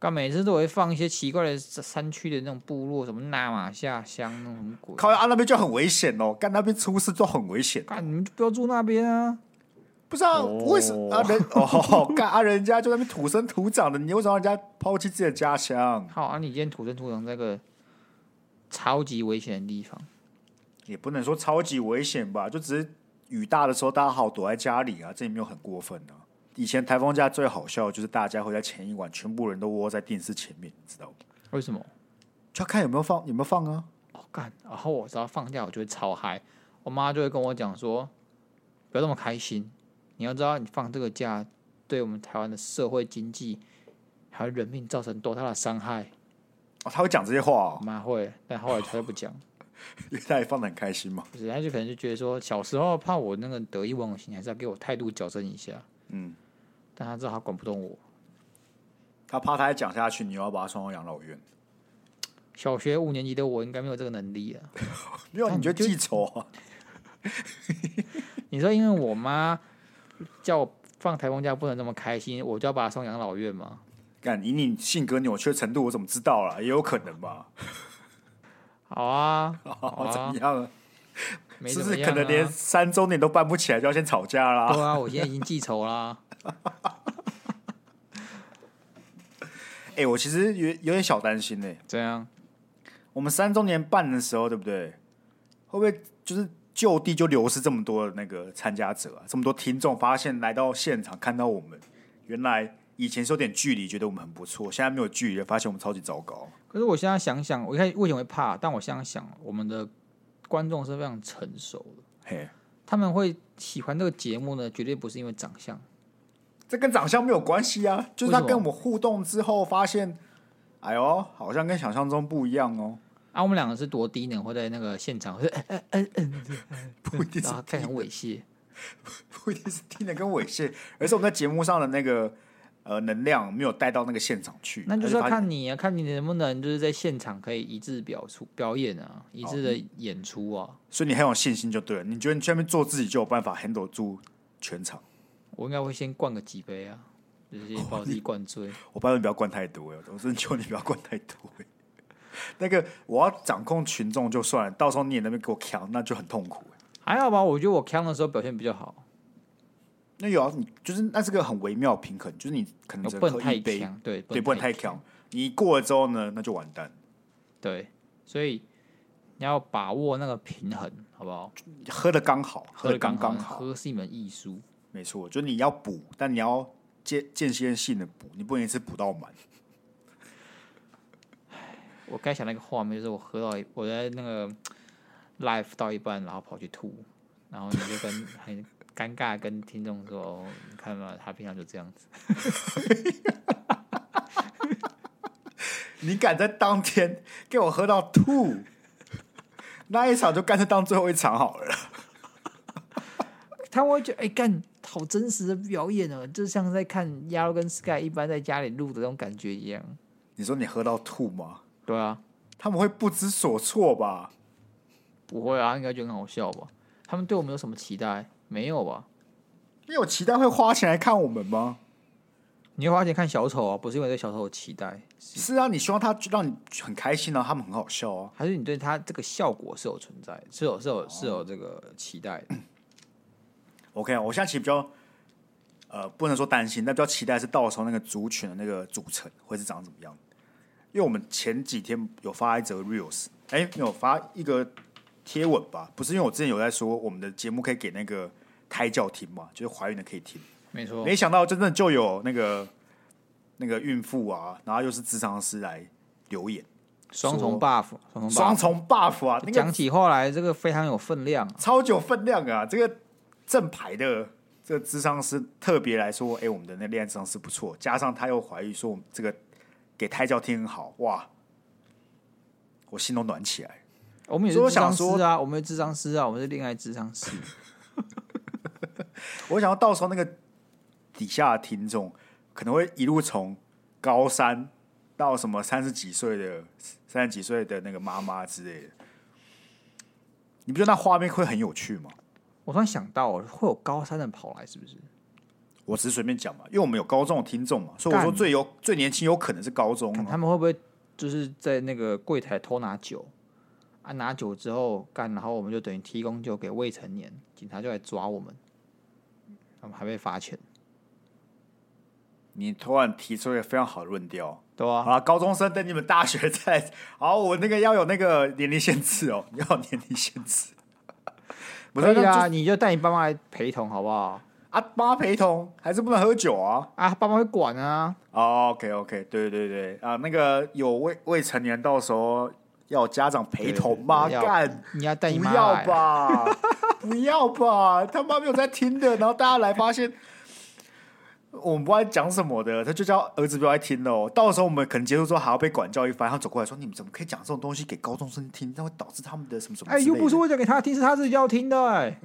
Speaker 3: 干每次都会放一些奇怪的山区的那种部落，什么纳马下乡那种什么鬼。
Speaker 2: 靠啊，那边就很危险哦，干那边出事就很危险。
Speaker 3: 干你们就不要住那边啊！
Speaker 2: 不是啊，
Speaker 3: 哦
Speaker 2: 为什么啊
Speaker 3: [laughs]
Speaker 2: 人哦干啊人家就在那边土生土长的，你为什么让人家抛弃自己的家乡？
Speaker 3: 好啊，你今天土生土长在个超级危险的地方，
Speaker 2: 也不能说超级危险吧，就只是雨大的时候大家好躲在家里啊，这也没有很过分啊。以前台风假最好笑的就是大家会在前一晚全部人都窝在电视前面，你知道吗？
Speaker 3: 为什么？
Speaker 2: 就要看有没有放，有没有放啊？
Speaker 3: 哦，干！然后我只要放假，我就会超嗨。我妈就会跟我讲说，不要那么开心，你要知道，你放这个假，对我们台湾的社会经济还有人命造成多大的伤害。
Speaker 2: 哦，他会讲这些话、
Speaker 3: 我
Speaker 2: 哦， [laughs]
Speaker 3: 妈会，但后来她就不讲，
Speaker 2: 因为他也放的很开心嘛。
Speaker 3: 不是，她就可能就觉得说，小时候怕我那个得意忘形，还是要给我态度矫正一下。
Speaker 2: 嗯，
Speaker 3: 但她知道她管不动我。
Speaker 2: 他怕他再讲下去，你又要把他送到养老院，
Speaker 3: 小学五年级的我应该没有这个能力啊。
Speaker 2: 没有
Speaker 3: 那
Speaker 2: 你
Speaker 3: 你
Speaker 2: 就
Speaker 3: 就
Speaker 2: 记仇啊？
Speaker 3: 你说因为我妈叫我放台风假不能那么开心，我就要把她送养老院吗？
Speaker 2: 干，以你性格扭曲的程度，我怎么知道啦？也有可能吧？
Speaker 3: 好啊，好
Speaker 2: [laughs] 哦，怎
Speaker 3: 啊
Speaker 2: 么，样啊？
Speaker 3: 没
Speaker 2: 是
Speaker 3: 怎
Speaker 2: 不
Speaker 3: 么
Speaker 2: 是
Speaker 3: 样、啊、
Speaker 2: 可能连三周年都办不起来，就要先吵架啦？
Speaker 3: 对啊，我现在已经记仇啦。
Speaker 2: 哎、我其实有有点小担心呢、
Speaker 3: 怎样？
Speaker 2: 我们三周年办的时候，对不对？会不会就是就地就流失这么多的那个参加者啊？这么多听众发现来到现场看到我们，原来以前是有点距离，觉得我们很不错，现在没有距离了，发现我们超级糟糕。
Speaker 3: 可是我现在想想，我一开始为什么会怕？但我现在想，我们的观众是非常成熟的，
Speaker 2: 嘿，
Speaker 3: 他们会喜欢这个节目呢，绝对不是因为长相。
Speaker 2: 这跟长相没有关系啊，就是
Speaker 3: 为
Speaker 2: 他
Speaker 3: 什么
Speaker 2: 跟我们互动之后发现，哎呦，好像跟想象中不一样哦，
Speaker 3: 啊，我们两个是多低能，会在那个现场，
Speaker 2: [laughs]
Speaker 3: 会
Speaker 2: 不一定是
Speaker 3: 然后看起来很猥亵。
Speaker 2: 不一定是听的跟猥亵， [laughs] 而是我们在节目上的那个呃能量没有带到那个现场去，
Speaker 3: 那就是
Speaker 2: 还
Speaker 3: 要
Speaker 2: 发现
Speaker 3: 看你啊，看你能不能就是在现场可以一致表出表演啊，一致
Speaker 2: 哦
Speaker 3: 的演出啊。
Speaker 2: 所以你很有信心就对了。你觉得你去那边做自己就有办法 handle 住全场？
Speaker 3: 我应该会先灌个几杯啊，就是先把我自己灌醉。
Speaker 2: 我拜托你不要灌太多哎，我真的求你不要灌太多哎。 [laughs] 那个我要掌控群众就算了，到时候你也那边给我扛，那就很痛苦哎。
Speaker 3: 还好吧，我觉得我扛的时候表现比较好，
Speaker 2: 那有啊，你就是那是个很微妙的平衡，就是你嗯可能
Speaker 3: 我
Speaker 2: 只
Speaker 3: 不
Speaker 2: 能
Speaker 3: 能
Speaker 2: 喝
Speaker 3: 太
Speaker 2: 一杯，
Speaker 3: 强，对，
Speaker 2: 对，不能太强。你一过了之后呢，那就完蛋。
Speaker 3: 对，所以你要把握那个平衡，好不好？
Speaker 2: 喝的刚好，喝的
Speaker 3: 得
Speaker 2: 刚
Speaker 3: 刚
Speaker 2: 刚好，
Speaker 3: 喝是一门艺术。
Speaker 2: 没错，就是你要补，但你要间间歇性的补，你不能一次补到满。
Speaker 3: 我刚才想那个画面，就是我喝到一，我在那个 live 到一半，然后跑去吐，然后你就跟 [laughs] 很尴尬地跟听众说：“哦，你看嘛，他平常就这样子。
Speaker 2: 你敢在当天 [laughs] 给我喝到吐，那一场就干脆当最后一场好了。”
Speaker 3: 他会觉得：“哎、干，好真实的表演哦，就像在看鸭肉跟 Sky 一般在家里录的那种感觉一样。
Speaker 2: 你说你喝到吐吗？”
Speaker 3: 对啊，
Speaker 2: 他们会不知所措吧？
Speaker 3: 不会啊，应该觉得很好笑吧？他们对我们有什么期待？没有吧？
Speaker 2: 你有期待会花钱来看我们吗？
Speaker 3: 你会花钱看小丑啊，不是因为对小丑有期待，
Speaker 2: 是啊，你希望他让你很开心啊，他们很好笑啊。
Speaker 3: 还是你对他这个效果是有存在，是有是有是有这个期待的。
Speaker 2: OK，啊我现在其实比较呃，不能说担心，但比较期待是到时候那个族群的那个组成会是长怎么样。因为我们前几天有发一则 reels，哎、没有发一个贴文吧？不是因为我之前有在说我们的节目可以给那个胎教听嘛，就是怀孕的可以听。
Speaker 3: 没错，
Speaker 2: 没想到真的就有那个那个孕妇啊，然后又是智商师来留言，
Speaker 3: 双重
Speaker 2: 说
Speaker 3: buff，双重 buff。
Speaker 2: 双重 buff 啊，那
Speaker 3: 讲
Speaker 2: 个
Speaker 3: 起话来，这个非常有分量啊。
Speaker 2: 超级有分量啊！这个正牌的这个智商师特别来说，哎、我们的那恋爱智商师不错，加上他又怀疑说我们这个给胎教听很好，哇，我心都暖起来。
Speaker 3: 我们也是
Speaker 2: 所以我
Speaker 3: 智商
Speaker 2: 想说
Speaker 3: 师啊，我们是智商师啊，我们是恋爱智商师。
Speaker 2: 我想要到时候那个底下的听众可能会一路从高三到什么三十几岁的三十几岁的那个妈妈之类的，你不觉得那画面会很有趣吗？
Speaker 3: 我突然想到，会有高三的跑来，是不是？
Speaker 2: 我只是随便讲嘛，因为我们有高中的听众嘛，所以我说
Speaker 3: 干
Speaker 2: 最有最年轻有可能是高中
Speaker 3: 看
Speaker 2: 啊，
Speaker 3: 他们会不会就是在那个柜台偷拿酒啊？拿酒之后干，然后我们就等于提供酒给未成年，警察就来抓我们，他们还被罚钱，
Speaker 2: 你突然提出一个非常好的论调。
Speaker 3: 对
Speaker 2: 好
Speaker 3: 啊？
Speaker 2: 了，高中生等你们大学再来。 [laughs] 好，我那个要有那个年龄限制哦， [laughs]
Speaker 3: [laughs]
Speaker 2: 要有年龄限制。不
Speaker 3: 可
Speaker 2: 是
Speaker 3: 以啊
Speaker 2: 那就
Speaker 3: 啊，你就带你爸妈来陪同好不好？
Speaker 2: 啊，帮他陪同，还是不能喝酒啊。
Speaker 3: 啊，爸妈会管啊。
Speaker 2: 哦、OK OK，对对对啊，那个有未未成年，到时候要有家长陪同吗？
Speaker 3: 对对对
Speaker 2: 干，
Speaker 3: 你要带你
Speaker 2: 不
Speaker 3: 妈
Speaker 2: 要
Speaker 3: 来啊，
Speaker 2: 吧， [laughs] 不要吧，他妈没有在听的，然后大家来发现。我们不知道在讲什么的，他就叫儿子不要来听喽。到时候我们可能结束之后还要被管教一番，他走过来说：“你们怎么可以讲这种东西给高中生听？那会导致他们的什么什么之
Speaker 3: 哎，
Speaker 2: 类的？”
Speaker 3: 又不是为了给他听，是他自己要听的、哎，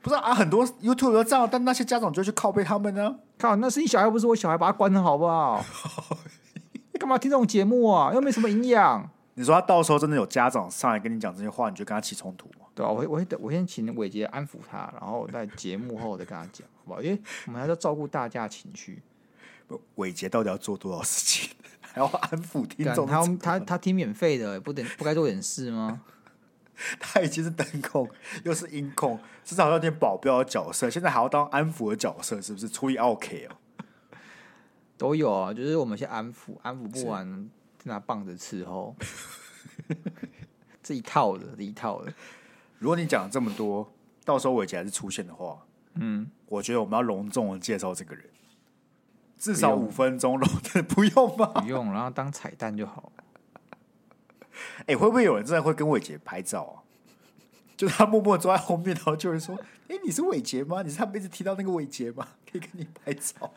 Speaker 2: 不是啊，很多 YouTube 都这样，但那些家长就去拷贝他们呢、
Speaker 3: 靠，那是你小孩，不是我小孩，把他关了好不
Speaker 2: [laughs]
Speaker 3: 好？干嘛听这种节目啊？又没什么营养。
Speaker 2: 你说他到时候真的有家长上来跟你讲这些话，你就跟他起冲突吗？
Speaker 3: 对啊，我会我会等我先请伟杰安抚他，然后在节目后再跟他讲，好不好？因为我们还是要照顾大家的情绪。
Speaker 2: 不伟杰到底要做多少事情， [laughs] 还要安抚听
Speaker 3: 干
Speaker 2: 众？
Speaker 3: 他
Speaker 2: 这
Speaker 3: 他他听免费的，不等不该做点事吗？
Speaker 2: 他已经是灯控，又是音控，至少要点保镖的角色，现在还要当安抚的角色，是不是？处理 OK 哦，
Speaker 3: 都有啊，就是我们先安抚，安抚不完，拿棒子伺候， [laughs] 这一套的，这一套的。
Speaker 2: 如果你讲了这么多，到时候伟杰还是出现的话，嗯，我觉得我们要隆重的介绍这个人，至少
Speaker 3: 不用
Speaker 2: 五分钟隆， [laughs] 不用吧？
Speaker 3: 不用，然后当彩蛋就好了。
Speaker 2: 哎、会不会有人真的会跟伟杰拍照啊？ [laughs] 就他默默坐在后面，然后就有人说：“哎、你是伟杰吗？你是他们一直提到那个伟杰吗？可以跟你拍照。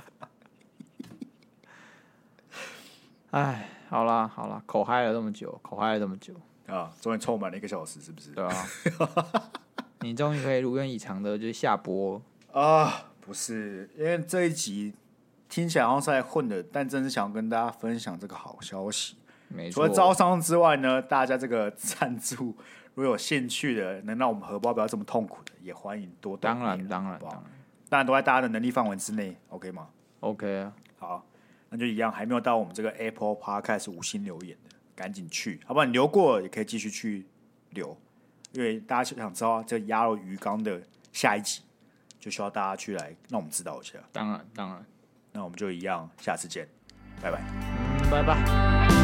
Speaker 2: [laughs]
Speaker 3: 哎，好啦好啦，口嗨了这么久，口嗨了这么久，”
Speaker 2: 啊，终于凑满了一个小时，是不是？
Speaker 3: 对
Speaker 2: [laughs]
Speaker 3: 啊，你终于可以如愿以偿的就是下播了，
Speaker 2: 啊，不是，因为这一集听起来好像是在混的，但真是想跟大家分享这个好消息。
Speaker 3: 没
Speaker 2: 除
Speaker 3: 错
Speaker 2: 了。招商之外呢，大家这个赞助如果有兴趣的，能让我们荷包不要这么痛苦的，也欢迎多动一
Speaker 3: 当
Speaker 2: 点。
Speaker 3: 然当然
Speaker 2: 好不
Speaker 3: 当
Speaker 2: 好
Speaker 3: 然
Speaker 2: 当然都在大家的能力范围之内，OK 吗？
Speaker 3: ，OK 啊，
Speaker 2: 好，那就一样，还没有到我们这个 Apple Podcast 五星留言的，赶紧去，好不好？你留过也可以继续去留，因为大家想知道这鸭肉鱼缸的下一集，就需要大家去来让我们知道一下。
Speaker 3: 当然当然，
Speaker 2: 那我们就一样，下次见，拜拜。
Speaker 3: 嗯，拜拜。